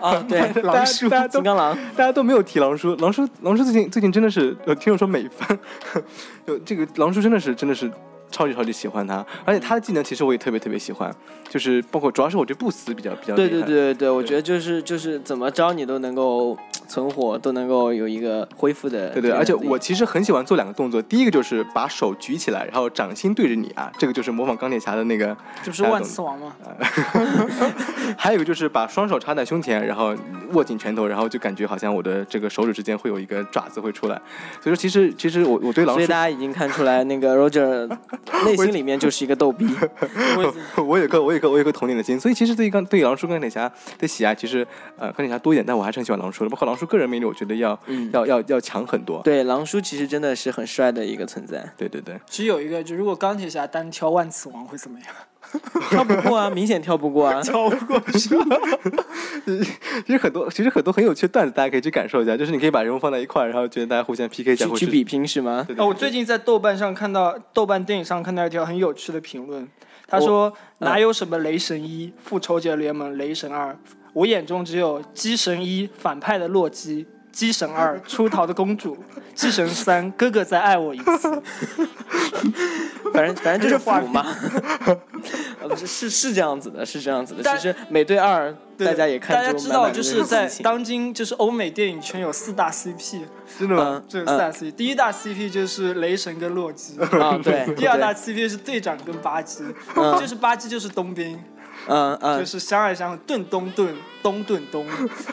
Speaker 2: 啊，对，
Speaker 1: 狼
Speaker 2: 大家
Speaker 1: 叔
Speaker 2: 大家都金刚狼，
Speaker 1: 大家都没有提狼叔，狼叔，狼叔最近最近真的是，呃，听我说美翻， [LAUGHS] 有这个狼叔真的是真的是超级超级喜欢他，而且他的技能其实我也特别特别喜欢，就是包括主要是我觉得不死比较比
Speaker 2: [LAUGHS]
Speaker 1: 较
Speaker 2: 对
Speaker 1: 厉
Speaker 2: 对
Speaker 1: 害，
Speaker 2: 对对对，我觉得就是就是怎么着你都能够存活，都能够有一个恢复的这
Speaker 1: 对
Speaker 2: 个能力。
Speaker 1: 对，而且我其实很喜欢做两个动作，第一个就是把手举起来，然后掌心对着你啊，这个就是模仿钢铁侠的那个，
Speaker 3: 这不是万磁王吗？
Speaker 1: 还有一个就是把双手插在胸前，然后握紧拳头，然后就感觉好像我的这个手指之间会有一个爪子会出来，所以说其实其实我我对狼
Speaker 2: 所以
Speaker 1: 叔
Speaker 2: 大。家已经看出来，那个 Roger 内心里面就是一个逗逼。
Speaker 3: 我已经
Speaker 1: [LAUGHS] 我有个我有个我有个童年的心，所以其实对于钢对于狼叔钢铁侠的喜爱，其实呃钢铁侠多一点，但我还是很喜欢狼叔的，包括狼叔个人魅力，我觉得要、
Speaker 2: 嗯
Speaker 1: 要要要强很多。
Speaker 2: 对，狼叔其实真的是很帅的一个存在，
Speaker 1: 对对对
Speaker 3: 只有一个，就如果钢铁侠单挑万磁王会怎么样？
Speaker 2: 跳不过啊，明显跳不过啊。
Speaker 1: 其实很多其实很多很有趣的段子，大家可以去感受一下，就是你可以把人物放在一块儿，然后觉得大家互相 PK 一下，
Speaker 2: 去
Speaker 1: 或
Speaker 2: 去
Speaker 1: 是
Speaker 2: 比拼是吗？
Speaker 1: 对对
Speaker 3: 啊，
Speaker 1: 对
Speaker 3: 我最近在豆瓣上看到豆瓣电影上看到一条很有趣的评论，他说
Speaker 2: 嗯
Speaker 3: 哪有什么雷神一、复仇者联盟、雷神二，我眼中只有机神一反派的洛基。机神二出逃的公主，机神三哥哥再爱我一次，
Speaker 2: 反正反正就是
Speaker 3: 这是画
Speaker 2: 腐嘛，呃是是是这样子的，是这样子的。
Speaker 3: 但
Speaker 2: 其实美队二 [LAUGHS] 大家也看
Speaker 3: 大
Speaker 2: 出
Speaker 3: 家知
Speaker 2: 满满
Speaker 3: 道，
Speaker 2: 的
Speaker 3: 就是在
Speaker 2: 激情
Speaker 3: [LAUGHS] 当今就是欧美电影圈有四大 CP，
Speaker 1: 真的吗？
Speaker 3: 这
Speaker 2: 嗯
Speaker 3: 有四大 CP，第一大 CP 就是雷神跟洛
Speaker 2: [LAUGHS]
Speaker 3: 基，
Speaker 2: 啊对，
Speaker 3: 第二大
Speaker 2: 对
Speaker 3: CP 是队长跟巴基，
Speaker 2: 嗯
Speaker 3: 就是巴基就是冬兵，
Speaker 2: 嗯
Speaker 3: 就
Speaker 2: 嗯
Speaker 3: 是相爱相恨，盾东盾东盾
Speaker 2: [LAUGHS]
Speaker 3: 东，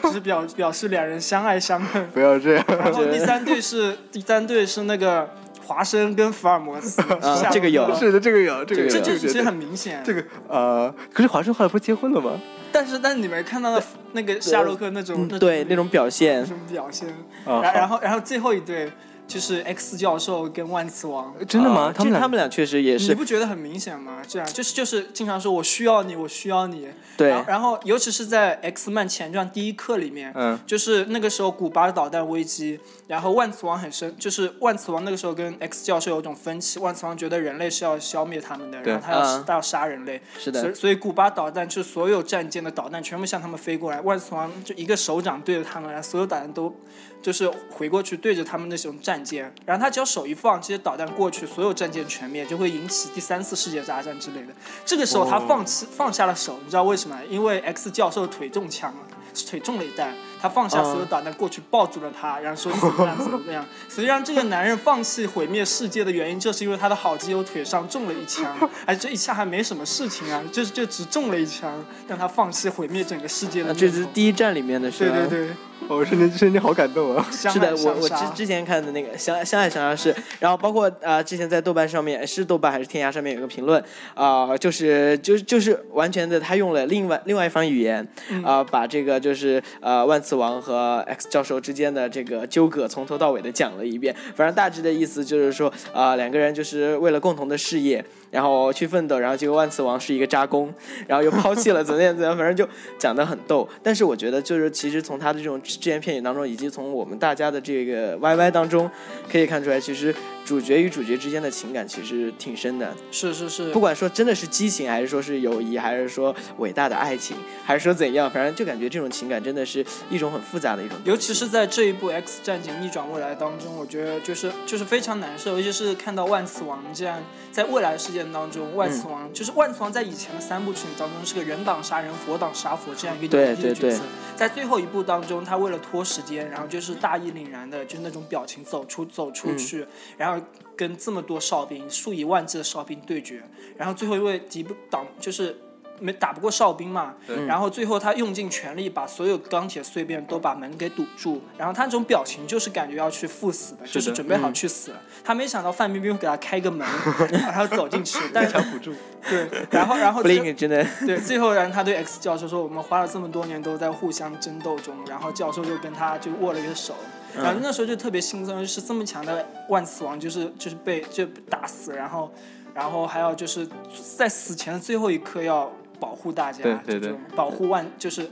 Speaker 3: 就是表表示两人相爱相恨。
Speaker 1: 不要这样，
Speaker 3: 然后第三
Speaker 2: [LAUGHS]
Speaker 3: 队是第三队是那个华生跟福尔
Speaker 2: [LAUGHS]
Speaker 3: 摩斯，是下
Speaker 2: 啊这个有
Speaker 3: 一
Speaker 1: 是的，这个有这个有，
Speaker 3: 这
Speaker 1: 这
Speaker 3: 就
Speaker 1: 个
Speaker 3: 其实很明显。
Speaker 1: 这个呃，可是华生后来不是结婚了吗？
Speaker 3: 但是但是你没看到那那个夏洛克那种
Speaker 2: 嗯，对那
Speaker 3: 那
Speaker 2: 种表现
Speaker 3: 那，种表现，
Speaker 1: 啊
Speaker 3: 然然后然后最后一队就是 X 教授跟万磁王，
Speaker 1: 真的吗？
Speaker 2: 啊
Speaker 1: 他们
Speaker 2: 这
Speaker 1: 俩
Speaker 2: 他们俩确实也
Speaker 3: 你
Speaker 2: 是
Speaker 3: 不觉得很明显吗？这样就是就是经常说我需要你，我需要你。
Speaker 2: 对
Speaker 3: 然后然后尤其是在《X 曼前传》第一课里面，
Speaker 1: 嗯
Speaker 3: 就是那个时候古巴的导弹危机，然后万磁王很生，就是万磁王那个时候跟 X 教授有一种分歧，万磁王觉得人类是要消灭他们的，
Speaker 1: 对
Speaker 3: 然后他要、
Speaker 2: 嗯
Speaker 3: 他要杀人类，
Speaker 2: 是
Speaker 3: 所
Speaker 2: 的
Speaker 3: 以，所以古巴导弹就是所有战舰的导弹全部向他们飞过来，万磁王就一个手掌对着他们，然后所有导弹都就是回过去对着他们那种战舰，然后他只要手一放，这些导弹过去，所有战舰全灭，就会引起第三次世界大战之类的。这个时候他放弃、放下了手，你知道为什么？因为 X 教授腿中枪了，腿中了一弹，他放下所有导弹过去抱住了他，然后说你怎么样怎么样。 [LAUGHS] 实际上这个男人放弃毁灭世界的原因，就是因为他的好基友腿上中了一
Speaker 2: [LAUGHS]
Speaker 3: 枪，而这一枪还没什么事情啊，就是就只中了一枪，让他放弃毁灭整个世界的
Speaker 2: 啊
Speaker 3: 念头。
Speaker 2: 这是第一站里面的是
Speaker 3: 对
Speaker 2: 吧
Speaker 3: 对。对，
Speaker 1: 我哦瞬间瞬间好感动啊！
Speaker 3: [LAUGHS] 相
Speaker 2: 是的，
Speaker 3: 爱
Speaker 2: 我
Speaker 3: 相
Speaker 2: 我之
Speaker 3: 杀
Speaker 2: 之前看的那个《相相爱相杀是，然后包括啊、呃之前在豆瓣上面是豆瓣还是天涯上面有一个评论啊、就是就是就是完全的他用了另外另外一方语言啊、把这个就是呃万磁王和 X 教授之间的这个纠葛从头到尾的讲了一遍，反正大致的意思就是说啊、两个人就是为了共同的事业。然后去奋斗，然后结果万磁王是一个渣工，然后又抛弃了，怎 [LAUGHS] 么样怎么样，反正就讲的很逗。但是我觉得，就是其实从他的这种只言片语当中，以及从我们大家的这个 YY 当中，可以看出来，其实主角与主角之间的情感其实挺深的。
Speaker 3: 是是是
Speaker 2: 不，管说真的是激情，还是说是友谊，还是说伟大的爱情，还是说怎样，反正就感觉这种情感真的是一种很复杂的一种东西。
Speaker 3: 尤其是在这一部《X 战警：逆转未来》当中，我觉得就是就是非常难受，尤其是看到万磁王这样在未来事件当中，万磁
Speaker 2: 嗯
Speaker 3: 王、就是万磁王在以前的三部曲当中是个人挡杀人、佛挡杀佛这样一个
Speaker 2: 对
Speaker 3: 牛逼的
Speaker 2: 对
Speaker 3: 角色
Speaker 2: 对，
Speaker 3: 在最后一部当中，他为了拖时间，然后就是大义凛然的，就是那种表情走出走出
Speaker 2: 嗯
Speaker 3: 去，然后跟这么多哨兵数以万计的哨兵对决，然后最后因为敌不挡就是没打不过哨兵嘛，然后最后他用尽全力把所有钢铁碎片都把门给堵住，然后他这种表情就是感觉要去赴死的，嗯就是准备好去死了。他没想到范冰冰会给他开 [LAUGHS] 个门，然后走进去，但是他
Speaker 1: 辅助，
Speaker 3: [LAUGHS] 对，然后然后最
Speaker 2: Blink 真的 [LAUGHS]
Speaker 3: 对最后，然后他对 X 教授说：“我们花了这么多年都在互相争斗中。”然后教授就跟他就握了一个手。
Speaker 2: 嗯
Speaker 3: 然后那时候就特别心酸，就是这么强的万磁王，就是就是被就被打死，然后然后还要就是在死前的最后一刻要保护大家，
Speaker 1: 对对
Speaker 3: 就这种
Speaker 1: 对
Speaker 3: 保护万就是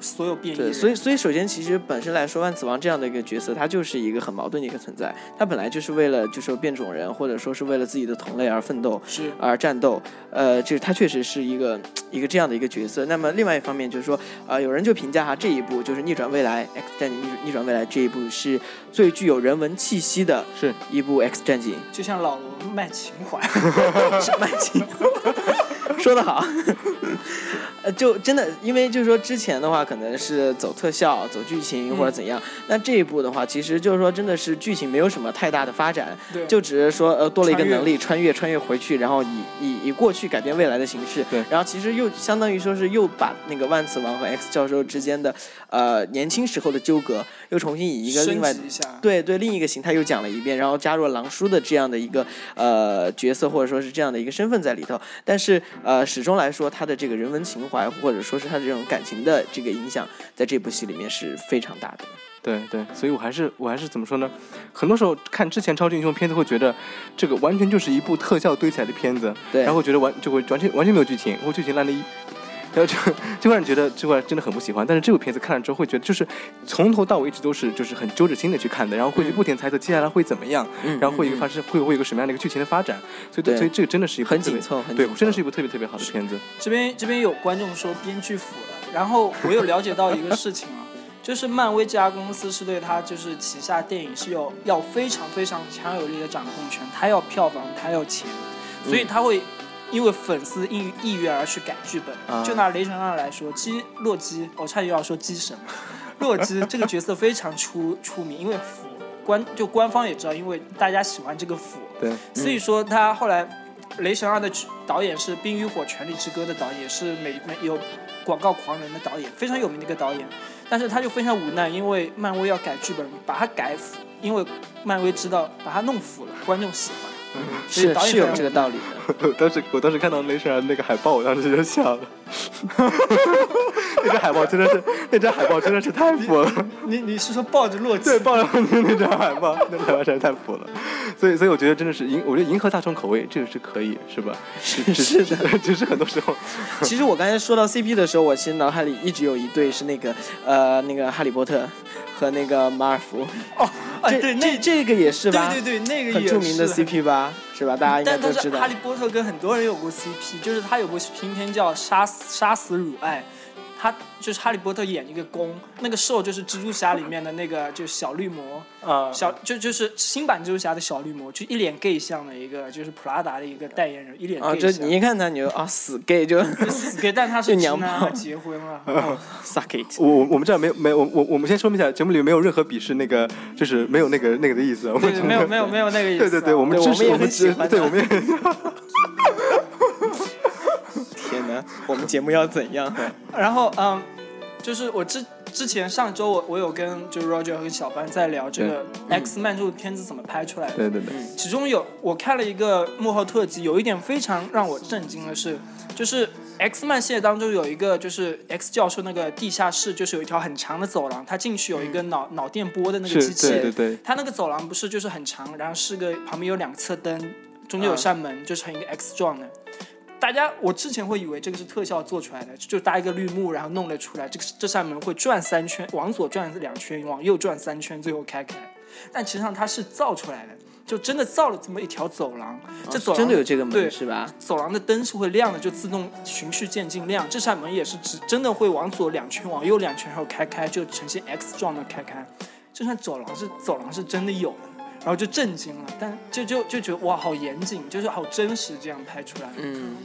Speaker 3: 所有变异
Speaker 2: 对，
Speaker 3: 人。
Speaker 2: 所以所以首先其实本身来说，万磁王这样的一个角色，他就是一个很矛盾的一个存在。他本来就是为了就是说变种人，或者说是为了自己的同类而奋斗。
Speaker 3: 是
Speaker 2: 而战斗，呃，这他确实是一个一个这样的一个角色。那么另外一方面就是说，呃，有人就评价哈这一部就是《逆转未来》《X 战警》逆转逆转未来这一部是最具有人文气息的
Speaker 1: 是
Speaker 2: 一部《X 战警
Speaker 3: 就像老罗卖情怀，》，
Speaker 2: 是麦金 [LAUGHS] 说得好，呃，就真的因为就是说之前的话可能是走特效、走剧情或者怎样，那这一部的话其实就是说真的是剧情没有什么太大的发展，
Speaker 3: 对，
Speaker 2: 就只是说呃多了一个
Speaker 3: 穿越
Speaker 2: 能力穿越穿越回去，然后以以以过去改变未来的形式，
Speaker 1: 对
Speaker 2: 然后其实又相当于说是又把那个万磁王和 X 教授之间的呃年轻时候的纠葛，又重新以一个另
Speaker 3: [LAUGHS] 升
Speaker 2: 外
Speaker 3: 级一下，
Speaker 2: 对对另一个形态又讲了一遍，然后加入了狼叔的这样的一个呃角色或者说是这样的一个身份在里头，但是呃始终来说他的这个人文情怀或者说是他这种感情的这个影响，在这部戏里面是非常大的。
Speaker 1: 对对，所以我还是我还是怎么说呢？很多时候看之前超级英雄片子会觉得，这个完全就是一部特效堆起来的片子，
Speaker 2: 对，
Speaker 1: 然后觉得完就会完全完全没有剧情，或剧情烂的一，然后就就会让人觉得这块真的很不喜欢。但是这部片子看了之后，会觉得就是从头到尾一直都是就是很揪着心的去看的，然后会去不停猜测接下来会怎么样，
Speaker 2: 嗯
Speaker 1: 然后会
Speaker 2: 嗯
Speaker 1: 有一个发生会会有一个什么样的一个剧情的发展。所
Speaker 2: 对
Speaker 1: 以所以这个真的是一部
Speaker 2: 很
Speaker 1: 特别
Speaker 2: 紧凑很
Speaker 1: 对
Speaker 2: 紧，凑
Speaker 1: 真的是一部特别特别好的片子。
Speaker 3: 这边这边有观众说编剧腐了，然后我有了解到一个事情啊， [LAUGHS] 就是漫威这家公司是对它就是旗下电影是有要非常非常强有力的掌控权，它要票房，它要钱，所以它会。因为粉丝意意愿而去改剧本，
Speaker 1: 啊
Speaker 3: 就拿雷神二来说，基洛基，我差点又要说基神了， [LAUGHS] 洛基这个角色非常出出名，因为腐官就官方也知道，因为大家喜欢这个腐，
Speaker 1: 对，
Speaker 3: 所
Speaker 2: 嗯
Speaker 3: 以说他后来《雷神二》的导演是《冰与火：权力之歌》的导演，是美美有广告狂人的导演，非常有名的一个导演。但是他就非常无奈，因为漫威要改剧本，把他改腐，因为漫威知道把他弄腐了，观众喜欢。所以
Speaker 2: 嗯是
Speaker 3: 导演
Speaker 2: 是有
Speaker 3: 非常
Speaker 2: 这个道理的。 [LAUGHS]
Speaker 1: 我当时我当时看到雷神儿那个海报，我当时就笑了。 [LAUGHS] 那张海报真的是，那张海报真的是太火了。
Speaker 3: 你你是说抱着洛基
Speaker 1: 对，抱着那张海报，那张海报实在太火了。所以，所以我觉得真的是迎，我觉得迎合大众口味，这个是可以，是吧？是是的，只是很多时候，
Speaker 2: 其实我刚才说到 CP 的时候，我其实脑海里一直有一对是那个呃那个哈利波特和那个马尔福， [LAUGHS]
Speaker 3: 哦，啊
Speaker 2: 这
Speaker 3: 对，那
Speaker 2: 这这个也是吧？
Speaker 3: 对对对，那个
Speaker 2: 很
Speaker 3: 也
Speaker 2: 著名的
Speaker 3: 是
Speaker 2: CP 吧，是吧？大家应该
Speaker 3: 但
Speaker 2: 都
Speaker 3: 但
Speaker 2: 知
Speaker 3: 是
Speaker 2: 道
Speaker 3: 哈。利波特跟很多人有过 CP，就是他有部影片叫《杀死杀死汝爱》，他就是哈利波特演一个公，那个兽就是蜘蛛侠里面的那个就是小绿魔，
Speaker 1: 啊
Speaker 3: 小就就是新版蜘蛛侠的小绿魔，就一脸 gay 像的一个，就是普拉达的一个代言人，一脸
Speaker 2: 啊，
Speaker 3: gay
Speaker 2: 这
Speaker 3: 像。
Speaker 2: 你一看他你就啊死 gay 就 [LAUGHS]
Speaker 3: 死 gay，但他是
Speaker 2: 这
Speaker 3: 直
Speaker 2: 娘
Speaker 3: 男，
Speaker 2: 炮
Speaker 3: 他结婚了。哦
Speaker 2: suck it。
Speaker 1: 我我我们这儿没有没有我我我们先说明一下，节目里没有任何鄙视那个，就是没有那个那个的意思。我们
Speaker 3: 对，没有没有没有那个意思啊。
Speaker 1: 对对对，我们
Speaker 2: 对
Speaker 1: 支
Speaker 2: 我们
Speaker 1: 持
Speaker 2: 也
Speaker 1: 我们
Speaker 2: 很喜
Speaker 1: 支
Speaker 2: 欢
Speaker 1: 对
Speaker 2: 的
Speaker 1: 我们也
Speaker 2: 天哪，我们节目要怎样？
Speaker 3: 然后嗯，就是我之之前上周我我有跟就是 Roger 和小班在聊这个 X Man 这部片子怎么拍出来的。
Speaker 1: 嗯对对对，
Speaker 3: 其中有我看了一个幕后特辑，有一点非常让我震惊的是，就是 X 漫系列当中有一个就是 X 教授那个地下室，就是有一条很长的走廊，他进去有一个脑、脑电波的那个
Speaker 1: 嗯是
Speaker 3: 机器，
Speaker 1: 对对对
Speaker 3: 它那个走廊不是就是很长，然后是个旁边有两侧灯，中间有扇门，
Speaker 2: 嗯
Speaker 3: 就是很一个 X 状的。大家，我之前会以为这个是特效做出来的，就搭一个绿幕，然后弄了出来。这个这扇门会转三圈，往左转两圈，往右转三圈，最后开开。但其实上它是造出来的，就真的造了这么一条走廊。这走廊
Speaker 2: 啊真的有这个
Speaker 3: 对
Speaker 2: 门是吧？
Speaker 3: 走廊的灯是会亮的，就自动循序渐进亮。这扇门也是只真的会往左两圈，往右两圈，然后开开，就呈现 X 状的开开。这扇走廊是走廊是真的有的，然后就震惊了，但就就就觉得哇，好严谨，就是好真实，这样拍出来。
Speaker 2: 嗯。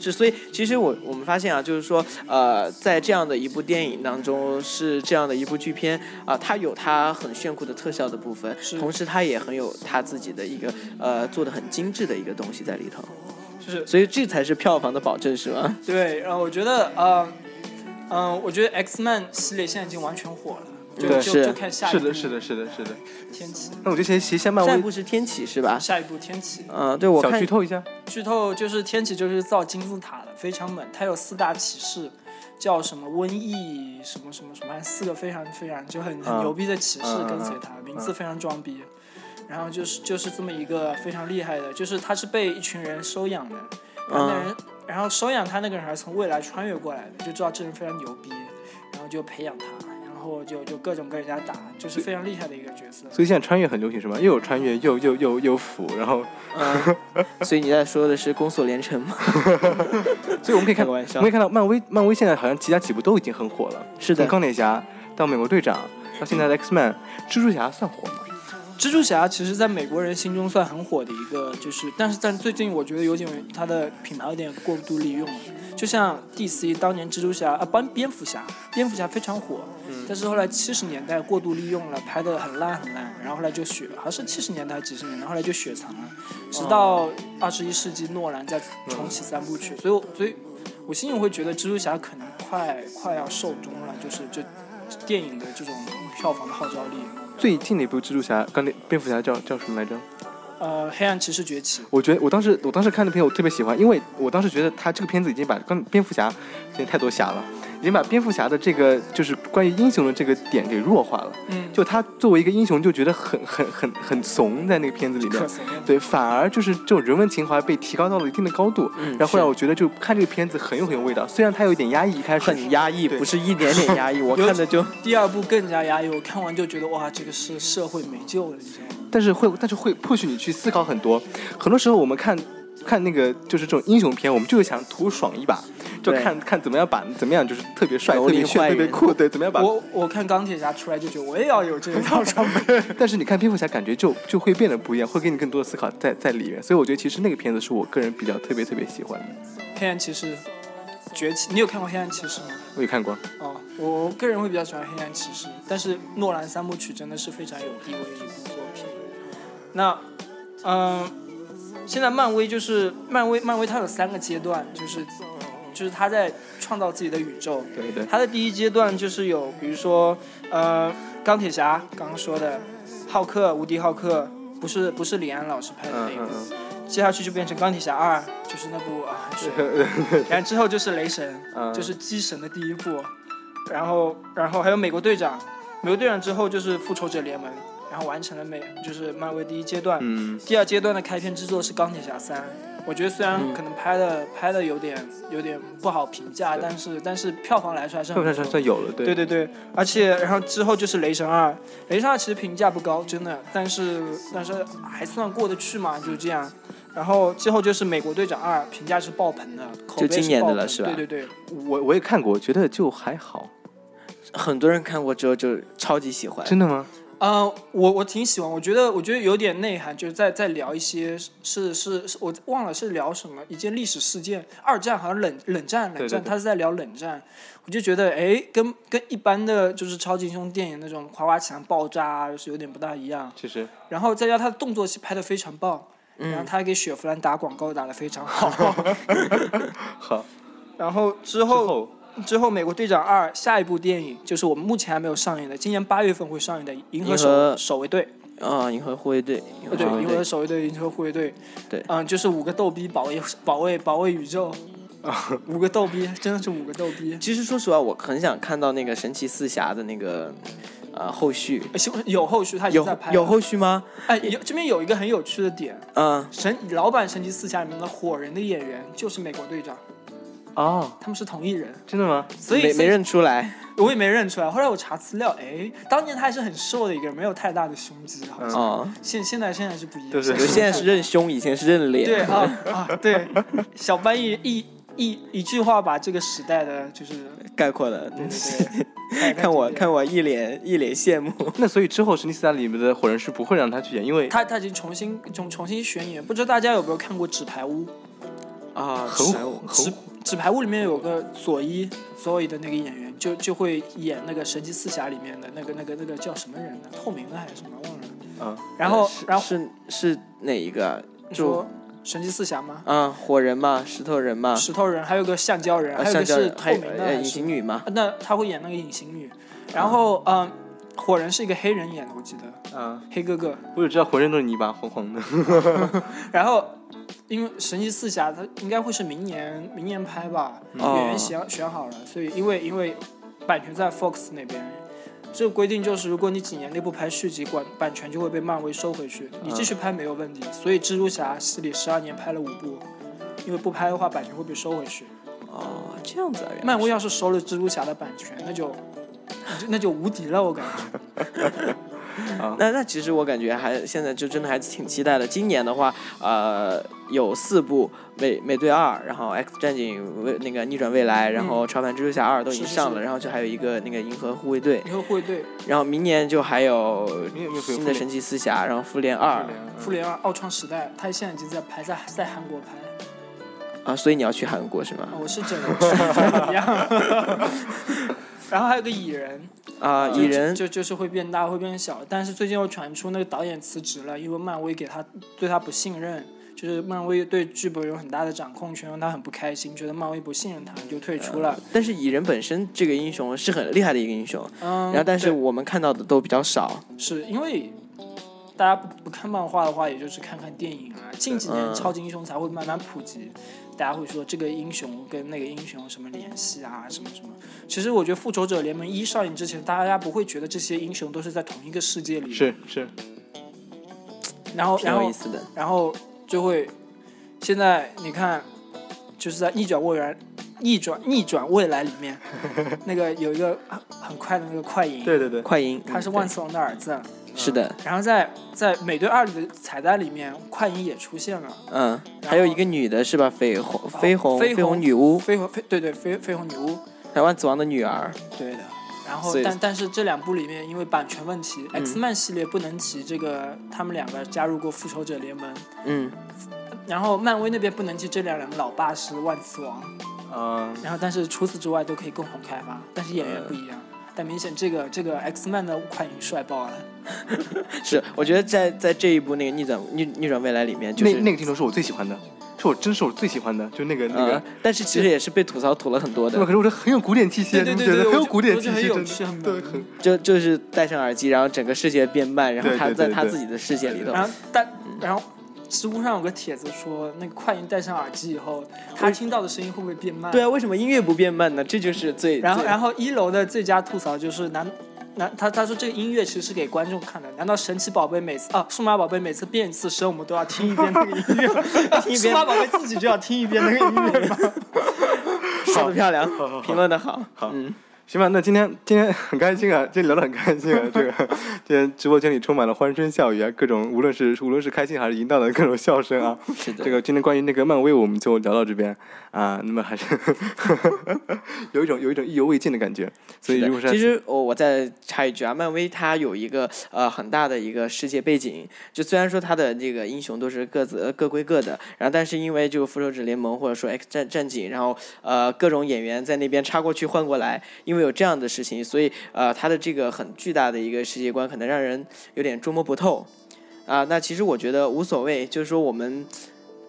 Speaker 2: 是，所以其实我我们发现啊，就是说，呃，在这样的一部电影当中，是这样的一部剧片啊、它有它很炫酷的特效的部分，
Speaker 3: 是
Speaker 2: 同时它也很有它自己的一个呃做的很精致的一个东西在里头，
Speaker 3: 就是
Speaker 2: 所以这才是票房的保证，是吗？
Speaker 3: 对，然后我觉得，呃，嗯、我觉得 X Man 系列现在已经完全火了，就
Speaker 1: 对
Speaker 3: 就是就看下一
Speaker 1: 是
Speaker 3: 部
Speaker 1: 的，是的，是的，是的。
Speaker 3: 天启，
Speaker 1: 那我就先先先漫
Speaker 2: 下一
Speaker 1: 威
Speaker 2: 部是天启是吧？
Speaker 3: 下一部天启。
Speaker 2: 嗯、对我
Speaker 1: 小
Speaker 2: 看
Speaker 1: 剧透一下，
Speaker 3: 剧透就是天启就是造金字塔的，非常猛。它有四大骑士，叫什么瘟疫什么什么什么，四个非常非常就很很
Speaker 1: 啊
Speaker 3: 牛逼的骑士
Speaker 1: 嗯嗯
Speaker 3: 跟随他，名字非常装逼。然后就是就是这么一个非常厉害的，就是他是被一群人收养的，
Speaker 1: 嗯
Speaker 3: 然后那人、然后收养他那个人还是从未来穿越过来的，就知道这人非常牛逼。然后后就培养他，然后就就各种跟人家打，就是非常厉害的一个角色。
Speaker 1: 所以现在穿越很流行什么？又有穿越，又又又又腐，然后
Speaker 2: 嗯，所以你在说的是攻锁连城吗？ [LAUGHS]
Speaker 1: 所以我们可以
Speaker 2: 开个
Speaker 1: 看到，
Speaker 2: 玩
Speaker 1: 我
Speaker 2: 笑
Speaker 1: 们可以。看到漫威，漫威现在好像其他几部都已经很火了，
Speaker 2: 是的
Speaker 1: 从钢铁侠到美国队长，到现在的 X Man，蜘蛛侠算火吗？
Speaker 3: 蜘蛛侠其实在美国人心中算很火的一个，就是但是但最近我觉得有点它的品牌有点过度利用了，就像 DC 当年蜘蛛侠啊，帮蝙蝠侠，蝙蝠侠非常火，但是后来七十年代过度利用了，拍的很烂很烂，然后后来就雪，好像是七十年代还是几十年代，后来就雪藏了，直到二十一世纪诺兰再重启三部曲，所以我所以我心里会觉得蜘蛛侠可能快快要寿终了，就是就电影的这种票房的号召力。
Speaker 1: 最近的一部蜘蛛侠，钢铁蝙蝠侠叫叫什么来着？
Speaker 3: 呃，黑暗骑士崛起，
Speaker 1: 我觉得我当时我当时看的片，我特别喜欢，因为我当时觉得他这个片子已经把钢蝙蝠侠现在太多侠了，已经把蝙蝠侠的这个就是关于英雄的这个点给弱化了。
Speaker 3: 嗯，
Speaker 1: 就他作为一个英雄，就觉得很很很很怂，在那个片子里面
Speaker 3: 可。怂了。
Speaker 1: 对，反而就是这种人文情怀被提高到了一定的高度，
Speaker 2: 嗯
Speaker 1: 然后让
Speaker 2: 是
Speaker 1: 我觉得就看这个片子很有很有味道。虽然它有点压抑，一开始
Speaker 2: 很压抑，
Speaker 1: 对
Speaker 2: 不是一点点压
Speaker 1: [LAUGHS]
Speaker 2: 抑，我看的就
Speaker 3: 第二部更加压抑，我看完就觉得哇，这个是社会没救了，你知道吗？
Speaker 1: 但是会，但是会迫使你去思考很多。很多时候我们看看那个就是这种英雄片，我们就是想图爽一把，就
Speaker 2: 对
Speaker 1: 看看怎么样把怎么样就是特别帅、
Speaker 2: 蹂
Speaker 1: 特别
Speaker 2: 躏
Speaker 1: 炫、
Speaker 2: 坏
Speaker 1: 特别
Speaker 2: 人
Speaker 1: 酷，对，怎么样把。
Speaker 3: 我我看钢铁侠出来就觉得我也要有这一套装 [LAUGHS] 备。
Speaker 1: 但是你看蝙蝠侠，感觉就就会变得不一样，会给你更多的思考在在里面。所以我觉得其实那个片子是我个人比较特别特别喜欢的，
Speaker 3: 黑暗骑士崛起，你有看过黑暗骑士吗？
Speaker 1: 我有看过。
Speaker 3: 哦，我个人会比较喜欢黑暗骑士，但是诺兰三部曲真的是非常有地位的一部作品。那，嗯、现在漫威就是漫威，漫威它有三个阶段，就是就是它在创造自己的宇宙，
Speaker 1: 对对，
Speaker 3: 它的第一阶段就是有，比如说，呃，钢铁侠刚刚说的，浩克，无敌浩克，不是不是李安老师拍的
Speaker 1: 嗯
Speaker 3: 那一
Speaker 1: 嗯
Speaker 3: 部，接下去就变成钢铁侠二，就是那部啊，很水 [LAUGHS] 然后之后就是雷神，
Speaker 1: 嗯，
Speaker 3: 就是机神的第一部，然后然后还有美国队长，美国队长之后就是复仇者联盟，然后完成了美就是漫威第一阶段，
Speaker 1: 嗯，
Speaker 3: 第二阶段的开篇之作是钢铁侠三，我觉得虽然
Speaker 2: 嗯
Speaker 3: 可能拍的、拍的有点有点不好评价，
Speaker 1: 对
Speaker 3: 但是但是票房来说还是
Speaker 1: 算
Speaker 3: 很
Speaker 1: 不
Speaker 3: 不
Speaker 1: 算
Speaker 3: 错。
Speaker 1: 算有了？对
Speaker 3: 对对对，而且然后之后就是雷神二，雷神二其实评价不高，真的，但是但是还算过得去嘛，就这样。然后之后就是美国队长二，评价是爆棚的，口碑
Speaker 2: 今年的
Speaker 3: 爆
Speaker 2: 了
Speaker 3: 棚
Speaker 2: 是吧
Speaker 3: 对对对，
Speaker 1: 我我也看过，我觉得就还好。
Speaker 2: 很多人看过之后就超级喜欢。
Speaker 1: 真的吗？
Speaker 3: 呃，我我挺喜欢，我觉得我觉得有点内涵，就是在在聊一些是是是，我忘了是聊什么一件历史事件，二战好像冷冷战
Speaker 1: 对
Speaker 3: 冷
Speaker 1: 对
Speaker 3: 战，
Speaker 1: 对
Speaker 3: 他是在聊冷战，我就觉得哎，跟跟一般的就是超级英雄电影那种哗哗墙爆炸啊，就是有点不大一样。
Speaker 1: 其实
Speaker 3: 然后再加上他的动作戏拍的非常棒，
Speaker 2: 嗯
Speaker 3: 然后他给雪佛兰打广告打的非
Speaker 2: [LAUGHS]
Speaker 3: 常好，
Speaker 1: 好
Speaker 3: 然后之
Speaker 1: 之
Speaker 3: 后
Speaker 1: 后
Speaker 3: 之后，《美国队长二》下一部电影就是我们目前还没有上映的，今年八月份会上映的《银河
Speaker 2: 银
Speaker 3: 守
Speaker 2: 河
Speaker 3: 守卫队》。
Speaker 2: 啊，银河护卫队，银河
Speaker 3: 对
Speaker 2: 护，卫
Speaker 3: 银
Speaker 2: 队
Speaker 3: 河，守卫队、银河护卫队。
Speaker 2: 对
Speaker 3: 嗯，就是五个逗逼保卫保卫保卫
Speaker 2: [LAUGHS]
Speaker 3: 宇宙，五个逗逼，真的是五个逗逼。
Speaker 2: 其实说实话，我很想看到那个神奇四侠的那个呃后续，
Speaker 3: 呃行有后续，他已经
Speaker 2: 有
Speaker 3: 在拍了啊
Speaker 2: 有后续吗？
Speaker 3: 哎，有这边有一个很有趣的点，
Speaker 2: 嗯，
Speaker 3: 神老版神奇四侠里面的火人的演员就是美国队长，
Speaker 1: 哦，
Speaker 3: 他们是同一人，
Speaker 1: 真的吗？
Speaker 3: 所以
Speaker 2: 没
Speaker 3: 所
Speaker 2: 没
Speaker 3: 以
Speaker 2: 认出来。
Speaker 3: 我也没认出来。后来我查资料，哎，当年他还是很瘦的一个人，没有太大的胸肌，好像。
Speaker 2: 哦，
Speaker 3: 现现在现在是不一样，
Speaker 1: 就是
Speaker 2: 有现在是认胸，以前是认脸。
Speaker 3: 对啊啊对，小班一一一一句话把这个时代的就是
Speaker 2: 概括了。
Speaker 3: 对对对，
Speaker 2: 看我看我一脸一脸羡慕。
Speaker 1: 那所以之后《神奇四侠》里面的火人是不会让他去演，因为
Speaker 3: 他他已经重新重重新选演，不知道大家有没有看过《纸牌屋》？
Speaker 2: 啊， [LAUGHS]
Speaker 1: 很
Speaker 2: 神
Speaker 1: 火
Speaker 3: 纸
Speaker 1: 很火
Speaker 3: 纸牌屋里面有个佐伊，佐伊的那个演员就就会演那个神奇四侠里面的那个那个那个叫什么人呢？透明的还是什么忘了。
Speaker 1: 啊，
Speaker 3: 然后
Speaker 2: 呃是
Speaker 3: 然后
Speaker 2: 是是哪一个？
Speaker 3: 你
Speaker 2: 就
Speaker 3: 说神奇四侠吗？
Speaker 2: 啊，火人嘛，石头人嘛，
Speaker 3: 石头人，还有个橡胶人，
Speaker 2: 啊
Speaker 3: 还
Speaker 2: 橡
Speaker 3: 有个
Speaker 2: 胶
Speaker 3: 是
Speaker 2: 人，
Speaker 3: 透
Speaker 2: 还有
Speaker 3: 明的
Speaker 2: 呃
Speaker 3: 还
Speaker 2: 隐
Speaker 3: 是
Speaker 2: 形啊女嘛。
Speaker 3: 那他会演那个隐形女，然后嗯，火人是一个黑人演的，我记得
Speaker 1: 啊，
Speaker 3: 黑哥哥。
Speaker 1: 我只知道浑身都是泥巴，黄黄的。
Speaker 3: 然后因为神奇四侠他应该会是明年明年拍吧，
Speaker 2: 哦
Speaker 3: 演员选选好了，所以因为因为版权在 Fox 那边。这个规定就是，如果你几年内不拍续集，管版权就会被漫威收回去。你继续拍没有问题，所以蜘蛛侠系列十二年拍了五部，因为不拍的话版权会被收回去。
Speaker 2: 哦，这样子啊，原来
Speaker 3: 漫威要是收了蜘蛛侠的版权，那就那就无敌了，我感觉。 [LAUGHS]
Speaker 2: 那那其实我感觉还现在就真的还挺期待的。今年的话，呃，有四部《美美队二》，然后《X 战警未》那个逆转未来，然后《超凡蜘蛛侠二》都已经
Speaker 3: 是是
Speaker 2: 上了，
Speaker 3: 嗯是
Speaker 2: 然后就还有一个那个《银河护卫队》，
Speaker 3: 以后会对
Speaker 2: 然后明年就还有
Speaker 1: 明年又会有
Speaker 2: 新
Speaker 1: 复
Speaker 2: 的
Speaker 1: 联
Speaker 2: 神奇四侠，然后《复联二》
Speaker 1: 嗯
Speaker 3: 复联二奥创时代，他现在已经在排在在韩国排，
Speaker 2: 啊，所以你要去韩国是吗
Speaker 3: 啊？我是整个是怎么样？ [LAUGHS] 然后还有个蚁人，
Speaker 2: 啊，蚁人
Speaker 3: 哦就就就是会变大会变小，但是最近又传出那个导演辞职了，因为漫威给他对他不信任，就是漫威对剧本有很大的掌控权，让他很不开心，觉得漫威不信任他，就退出了。
Speaker 2: 呃但是蚁人本身这个英雄是很厉害的一个英雄，呃
Speaker 3: 嗯，
Speaker 2: 然后但是
Speaker 3: 对
Speaker 2: 我们看到的都比较少。
Speaker 3: 是因为大家不不看漫画的话，也就是看看电影啊。近几
Speaker 2: 嗯
Speaker 3: 年超级英雄才会慢慢普及，大家会说这个英雄跟那个英雄有什么联系啊，什么什么。其实我觉得《复仇者联盟一》上映之前，大家不会觉得这些英雄都是在同一个世界里，
Speaker 1: 是是，
Speaker 3: 然后
Speaker 2: 挺
Speaker 3: 然
Speaker 2: 有
Speaker 3: 后
Speaker 2: 意思的。
Speaker 3: 然后就会现在你看，就是在逆转未来。逆转逆转未来里面，
Speaker 2: [LAUGHS]
Speaker 3: 那个有一个很很快的那个快银，
Speaker 1: 对对对，
Speaker 2: 快银，
Speaker 3: 他是
Speaker 2: 嗯
Speaker 3: 万嗯
Speaker 2: 对
Speaker 3: 磁王的儿子，啊
Speaker 2: 是的，
Speaker 3: 然后在在《美队二》里的彩蛋里面，快银也出现了，
Speaker 2: 嗯，
Speaker 3: 然
Speaker 2: 还有
Speaker 3: 后
Speaker 2: 一个女的是吧？绯红，绯红，
Speaker 3: 绯
Speaker 2: 绯红
Speaker 3: 红
Speaker 2: 女巫，
Speaker 3: 绯红绯对对绯绯红女巫，
Speaker 2: 台湾子王的女儿，
Speaker 3: 对的。然后
Speaker 2: 所以
Speaker 3: 但但是这两部里面因为版权问题、
Speaker 2: 嗯
Speaker 3: x m e n 系列不能提这个，他们两个加入过复仇者联盟，
Speaker 2: 嗯，
Speaker 3: 然后漫威那边不能提这两两个老爸是万磁王，
Speaker 1: 嗯，
Speaker 3: 然后但是除此之外都可以共同开发，但是演员不一样。
Speaker 2: 嗯
Speaker 3: 但明显这个这个 X Man 的快银帅爆了，
Speaker 2: 嗯是，我觉得在在这一部那个逆转逆逆转未来里面，就
Speaker 1: 那
Speaker 2: 是
Speaker 1: 那个镜头是我啊最喜欢的，是我真是我最喜欢的，就那个那
Speaker 2: 呃
Speaker 1: 个，，
Speaker 2: 但是其实也是被吐槽吐了很多
Speaker 1: 对吧？
Speaker 2: 的
Speaker 1: 可，是我觉得很有古典气息，
Speaker 3: 对
Speaker 1: 你
Speaker 3: 对
Speaker 1: 们
Speaker 3: 对
Speaker 1: 觉得
Speaker 3: 对，
Speaker 1: 很
Speaker 3: 我
Speaker 1: 有
Speaker 3: 觉
Speaker 1: 古典
Speaker 3: 我觉
Speaker 1: 气
Speaker 3: 得很
Speaker 1: 息，
Speaker 3: 有
Speaker 1: 真
Speaker 3: 趣，很
Speaker 1: 的对，
Speaker 3: 萌
Speaker 1: 很
Speaker 2: 就就是戴上耳机，然后整个世界变慢，然后
Speaker 1: 对
Speaker 2: 他
Speaker 1: 对
Speaker 2: 在
Speaker 1: 对
Speaker 2: 他
Speaker 1: 对
Speaker 2: 自己的世界里头
Speaker 3: 然，后但然后知乎上有个帖子说，那个快银戴上耳机以后，他听到的声音会不会变慢？
Speaker 2: 对。啊，为什么音乐不变慢呢？这就是最
Speaker 3: 然后然
Speaker 2: 后
Speaker 3: 后一楼的最佳吐槽就是难。难，他他说这个音乐其实是给观众看的，难道神奇宝贝每次啊数码宝贝每次变一次身，我们都要听一遍那个音乐，听一遍数码宝贝自己就要听一遍那个音乐吗？
Speaker 2: 说的漂亮
Speaker 1: 好，
Speaker 2: 评论的好，
Speaker 1: 好
Speaker 2: 嗯，
Speaker 1: 行吧，那今天今天很开心啊，今天聊得很
Speaker 3: [LAUGHS]
Speaker 1: 开心啊，这个今天直播间里充满了欢声笑语啊，各种无论是无论是开心还是淫荡的各种笑声 [LAUGHS] 啊。
Speaker 2: 是的
Speaker 1: 这，个今天关于那个漫威，我们就聊到这边啊。那么还是 [LAUGHS] 有一种有一种意犹未尽的感觉，所以
Speaker 2: 是的
Speaker 1: 如果是
Speaker 2: 其实哦我我再插一句啊，漫威它有一个呃很大的一个世界背景，就虽然说它的这个英雄都是各自呃各归各的，然后但是因为这个复仇者联盟或者说 X 战战警，然后呃各种演员在那边插过去换过来，因为有这样的事情，所以呃它的这个很巨大的一个世界观可能让人有点捉摸不透啊、那其实我觉得无所谓，就是说我们。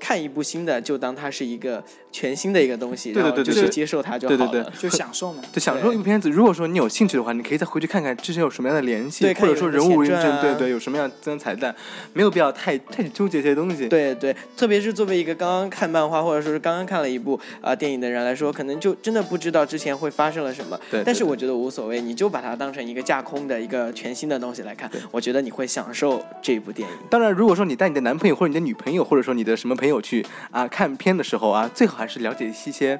Speaker 2: 看一部新的，就当它是一个全新的一个东西，
Speaker 1: 对对
Speaker 2: 然后
Speaker 1: 对对
Speaker 2: 就是
Speaker 1: 对
Speaker 2: 接受它就好
Speaker 1: 对
Speaker 2: 了。
Speaker 1: 对对
Speaker 3: [LAUGHS] 就享受嘛。
Speaker 1: 就想说一部片子，如果说你有兴趣的话，你可以再回去看看之前有什么样的联系，
Speaker 2: 对
Speaker 1: 或者说
Speaker 2: 看
Speaker 1: 人
Speaker 2: 有什么
Speaker 1: 物认
Speaker 2: 前传
Speaker 1: 证，
Speaker 2: 啊
Speaker 1: 对对，有什么样增彩蛋，没有必要太太纠结这些东西。
Speaker 2: 对对，特别是作为一个刚刚看漫画或者说是刚刚看了一部啊、呃电影的人来说，可能就真的不知道之前会发生了什么。
Speaker 1: 对对
Speaker 2: 但是
Speaker 1: 对
Speaker 2: 我觉得无所谓，你就把它当成一个架空的一个全新的东西来看，我觉得你会享受这部电影。
Speaker 1: 当然，如果说你带你的男朋友或者你的女朋友，或者说你的什么朋友去啊看片的时候啊，最好还是了解一些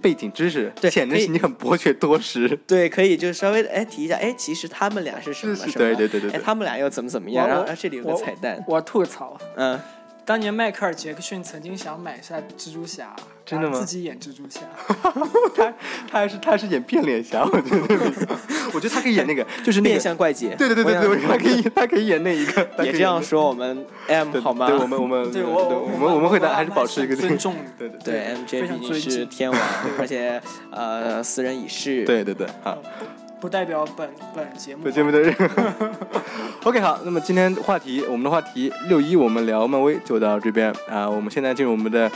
Speaker 1: 背景知识，
Speaker 2: 对
Speaker 1: 显得
Speaker 2: 可以
Speaker 1: 是你很博学多
Speaker 2: [LAUGHS]
Speaker 1: 识。
Speaker 2: 对，可以就稍微哎提一下，哎，其实他们俩是什么
Speaker 1: 是是
Speaker 2: 什么？
Speaker 1: 对对对对
Speaker 2: 哎，
Speaker 1: 对
Speaker 2: 他们俩又怎么怎么样？
Speaker 3: 我
Speaker 2: 然后
Speaker 3: 我
Speaker 2: 啊这里有个
Speaker 3: 我
Speaker 2: 彩蛋，
Speaker 3: 我吐槽，
Speaker 2: 嗯，
Speaker 3: 当年迈克尔·杰克逊曾经想买下蜘蛛侠，啊
Speaker 1: 真的吗
Speaker 3: 然后自己演蜘蛛侠，
Speaker 1: 他他还是他还是演变脸侠，我觉得，我觉得他可以演那个，就是那
Speaker 2: 面
Speaker 1: 个，
Speaker 2: 向怪杰。
Speaker 1: 对对对对对，
Speaker 2: 我
Speaker 1: 我
Speaker 2: 想
Speaker 1: 觉
Speaker 2: [LAUGHS]
Speaker 1: 得他可以他可以演那一个，他可以
Speaker 2: 也
Speaker 1: 演
Speaker 2: 这样
Speaker 1: 那
Speaker 2: 说我们 M
Speaker 1: 对
Speaker 2: 好吗？
Speaker 1: 对我们我们
Speaker 3: 对
Speaker 1: 我
Speaker 3: 我
Speaker 1: 我们我们会的还是保持一个
Speaker 3: 尊重的。
Speaker 1: 对对
Speaker 2: 对 M J
Speaker 3: 非常
Speaker 2: 毕竟
Speaker 3: 尊
Speaker 2: 是
Speaker 3: 敬
Speaker 2: 天
Speaker 1: [LAUGHS]
Speaker 2: 王，而且呃私人已逝。
Speaker 1: 对对对，好。
Speaker 3: 不代表本本节目。
Speaker 1: 本节目的任何。OK，好，那么今天话题，我们的话题六一，我们聊漫威就到这边啊、我们现在进入我们的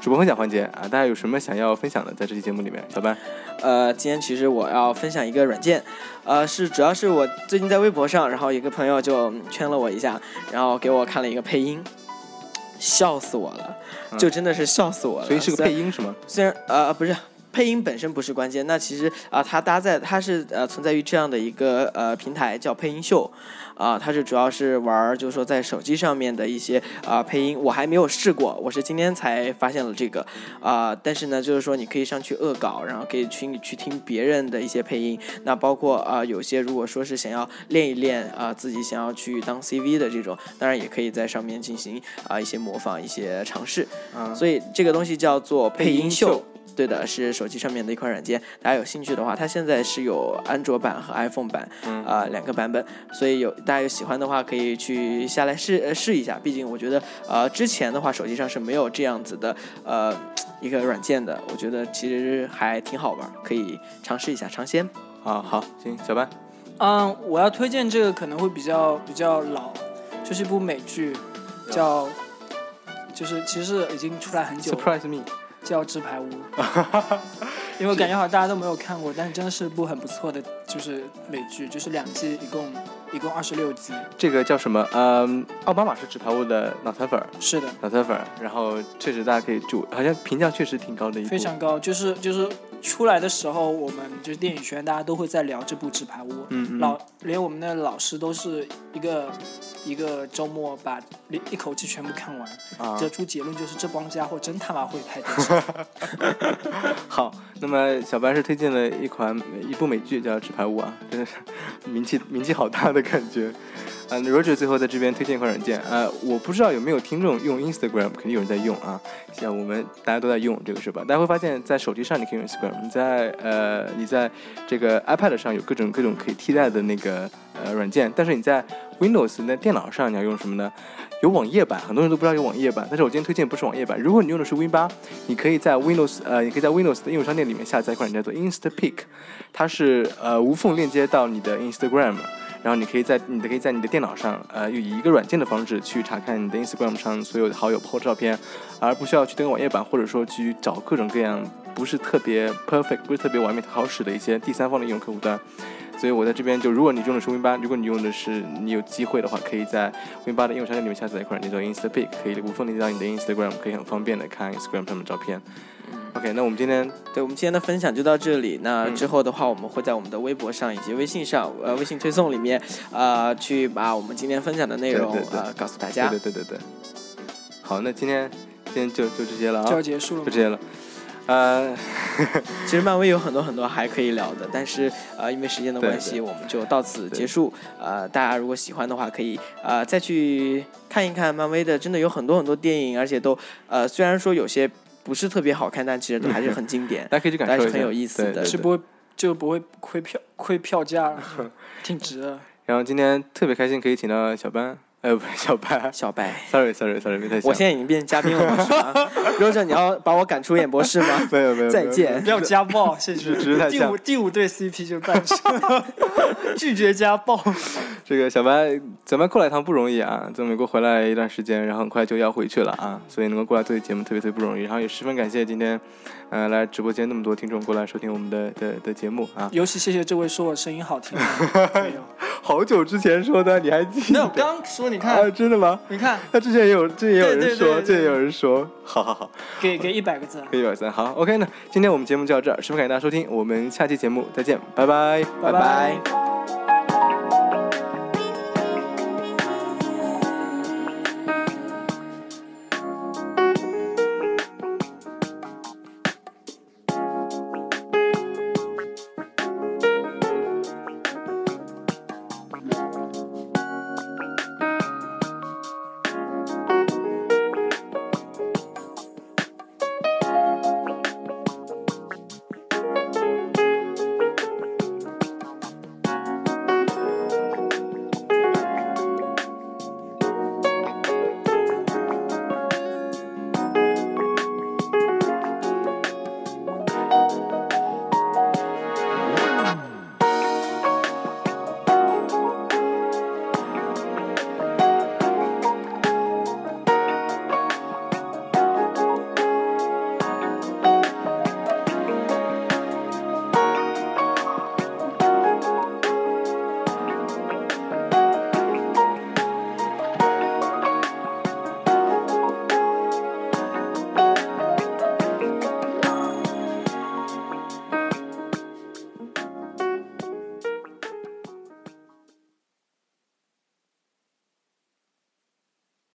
Speaker 1: 主播分享环节啊、大家有什么想要分享的，在这期节目里面，小班
Speaker 2: 呃，今天其实我要分享一个软件，呃，是主要是我最近在微博上，然后有一个朋友就嗯圈了我一下，然后给我看了一个配音，笑死我了，就真的是笑死我了。
Speaker 1: 嗯所以是
Speaker 3: 呃
Speaker 1: 个
Speaker 2: 虽
Speaker 1: 配
Speaker 2: 然，
Speaker 1: 音是吗？
Speaker 2: 虽然呃不是配音本身不是关键，那其实啊、它搭载它是呃存在于这样的一个呃平台叫配音秀，啊、它是主要是玩儿就是说在手机上面的一些啊、配音，我还没有试过，我是今天才发现了这个啊、但是呢，就是说你可以上去恶搞，然后可以去去听别人的一些配音，那包括啊、有些如果说是想要练一练啊、自己想要去当 CV 的这种，当然也可以在上面进行啊、一些模仿、一些尝试。
Speaker 1: 啊，
Speaker 2: 所以这个东西叫做嗯配音
Speaker 1: 配音
Speaker 2: 秀。对的，是手机上面的一款软件。大家有兴趣的话，它现在是有安卓版和 iPhone 版，
Speaker 1: 嗯
Speaker 2: 啊、两个版本。所以有大家有喜欢的话，可以去下来试、呃、试一下。毕竟我觉得，呃，之前的话手机上是没有这样子的，呃，一个软件的。我觉得其实还挺好玩儿，可以尝试一下尝鲜。
Speaker 1: 啊，好，行，小班，
Speaker 3: 嗯，我要推荐这个可能会比较比较老，就是一部美剧，叫，就是其实已经出来很久了，
Speaker 1: surprise me，
Speaker 3: 叫《纸牌屋》，因为我感觉好像大家都没有看过，但是真的是部很不错的，就是美剧，就是两季，一共一共二十六集，
Speaker 1: 这个叫什么？嗯，奥巴马是纸牌屋的脑残粉儿，
Speaker 3: 是的，
Speaker 1: 脑残粉儿，然后确实大家可以注，好像评价确实挺高的一部，
Speaker 3: 非常高，就是就是出来的时候，我们就是电影圈大家都会在聊这部《纸牌屋》，
Speaker 1: 嗯嗯，
Speaker 3: 老连我们的老师都是一个一个周末把一一口气全部看完。
Speaker 1: 啊
Speaker 3: 得出结论就是这帮家伙真他妈会拍
Speaker 1: [LAUGHS]
Speaker 3: 电视。
Speaker 1: 好，那么小白是推荐了一款一部美剧叫《纸牌屋》啊，真的是 [LAUGHS] 名气名气好大的感觉。嗯、r o g e r 最后在这边推荐一款软件，呃，我不知道有没有听众用 Instagram，肯定有人在用啊，像我们大家都在用这个是吧？大家会发现在手机上你可以用 Instagram，你在呃你在这个 iPad 上有各种各种可以替代的那个呃软件，但是你在 Windows 的电脑上你要用什么呢？有网页版，很多人都不知道有网页版，但是我今天推荐不是网页版。如果你用的是 Win 八，你可以在 Windows 呃，你可以在 Windows 的应用商店里面下载一款软件叫做 InstaPic，它是呃无缝链接到你的 Instagram，然后你可以在你的可以在你的电脑上呃以一个软件的方式去查看你的 Instagram 上所有的好友 PO 照片，而不需要去登网页版或者说去找各种各样不是特别 perfect 不是特别完美好使的一些第三方的应用客户端。所以我在这边就，如果你用的是 Win 八，如果你用的是你有机会的话，可以在 Win 八的应用商店里面下载一款软件叫 InstaPic，可以无缝连接到你的 Instagram，可以很方便的看 Instagram 上面的照片。OK，那我们
Speaker 2: 嗯
Speaker 1: 今天
Speaker 2: 对，我们今天的分享就到这里。那
Speaker 1: 嗯
Speaker 2: 之后的话，我们会在我们的微博上以及微信上，呃，微信推送里面，呃，去把我们今天分享的内容
Speaker 1: 对对对
Speaker 2: 呃告诉大家
Speaker 1: 对。对对对对。好，那今天今天就就这些了啊，
Speaker 3: 就要
Speaker 1: 就
Speaker 3: 结束了吗
Speaker 1: 这？些了。呃，
Speaker 2: 其实漫威有很多很多还可以聊的，但是呃，因为时间的
Speaker 1: 对
Speaker 2: 关系，
Speaker 1: 对
Speaker 2: 我们就到此
Speaker 1: 对。
Speaker 2: 结束。呃，大家如果喜欢的话，可以呃再去看一看漫威的，真的有很多很多电影，而且都呃虽然说有些不是特别好看，但其实都还是很经典
Speaker 1: 大家可以去 [LAUGHS] 感受一下，
Speaker 2: 但是很有意思的
Speaker 1: 对对对
Speaker 3: 是不会就不会亏票亏票价了，
Speaker 1: [LAUGHS]
Speaker 3: 挺值的。
Speaker 1: 然后今天特别开心，可以请到小班，呃，不是小班 [LAUGHS]
Speaker 2: 小白，
Speaker 1: ，sorry sorry sorry，没太想。
Speaker 2: 我现在已经变成嘉宾了吗是 [LAUGHS] 吗？Roger，你要把我赶出演播室吗？
Speaker 1: 没 [LAUGHS] 有没有没有
Speaker 2: 再见
Speaker 3: 不。要家暴，谢谢
Speaker 1: 值得。
Speaker 3: 第
Speaker 1: 下
Speaker 3: 五第五对 CP 就诞生， [LAUGHS] 拒绝家暴。 [LAUGHS]
Speaker 1: 这个小白，咱们过来一趟不容易啊，从美国回来一段时间，然后很快就要回去了啊，所以能够过来做节目特别特别不容易，然后也十分感谢今天，呃，来直播间那么多听众过来收听我们的的的节目啊，
Speaker 3: 尤其谢谢这位说我声音好听
Speaker 1: [LAUGHS]
Speaker 3: 的朋友。
Speaker 1: 好久之前说的，你还记
Speaker 3: 没有，
Speaker 1: 得？
Speaker 3: 刚说你
Speaker 1: 啊，
Speaker 3: 看，
Speaker 1: 真的吗？
Speaker 3: 你看，
Speaker 1: 那之前也有，之前也有人说，
Speaker 3: 对对对对对
Speaker 1: 之前也有人说，好好好，
Speaker 3: 给给一百个赞，
Speaker 1: 可以百三，好，OK 呢，今天我们节目就到这儿，十分感谢大家收听，我们下期节目再见，拜拜，
Speaker 2: 拜拜
Speaker 3: 拜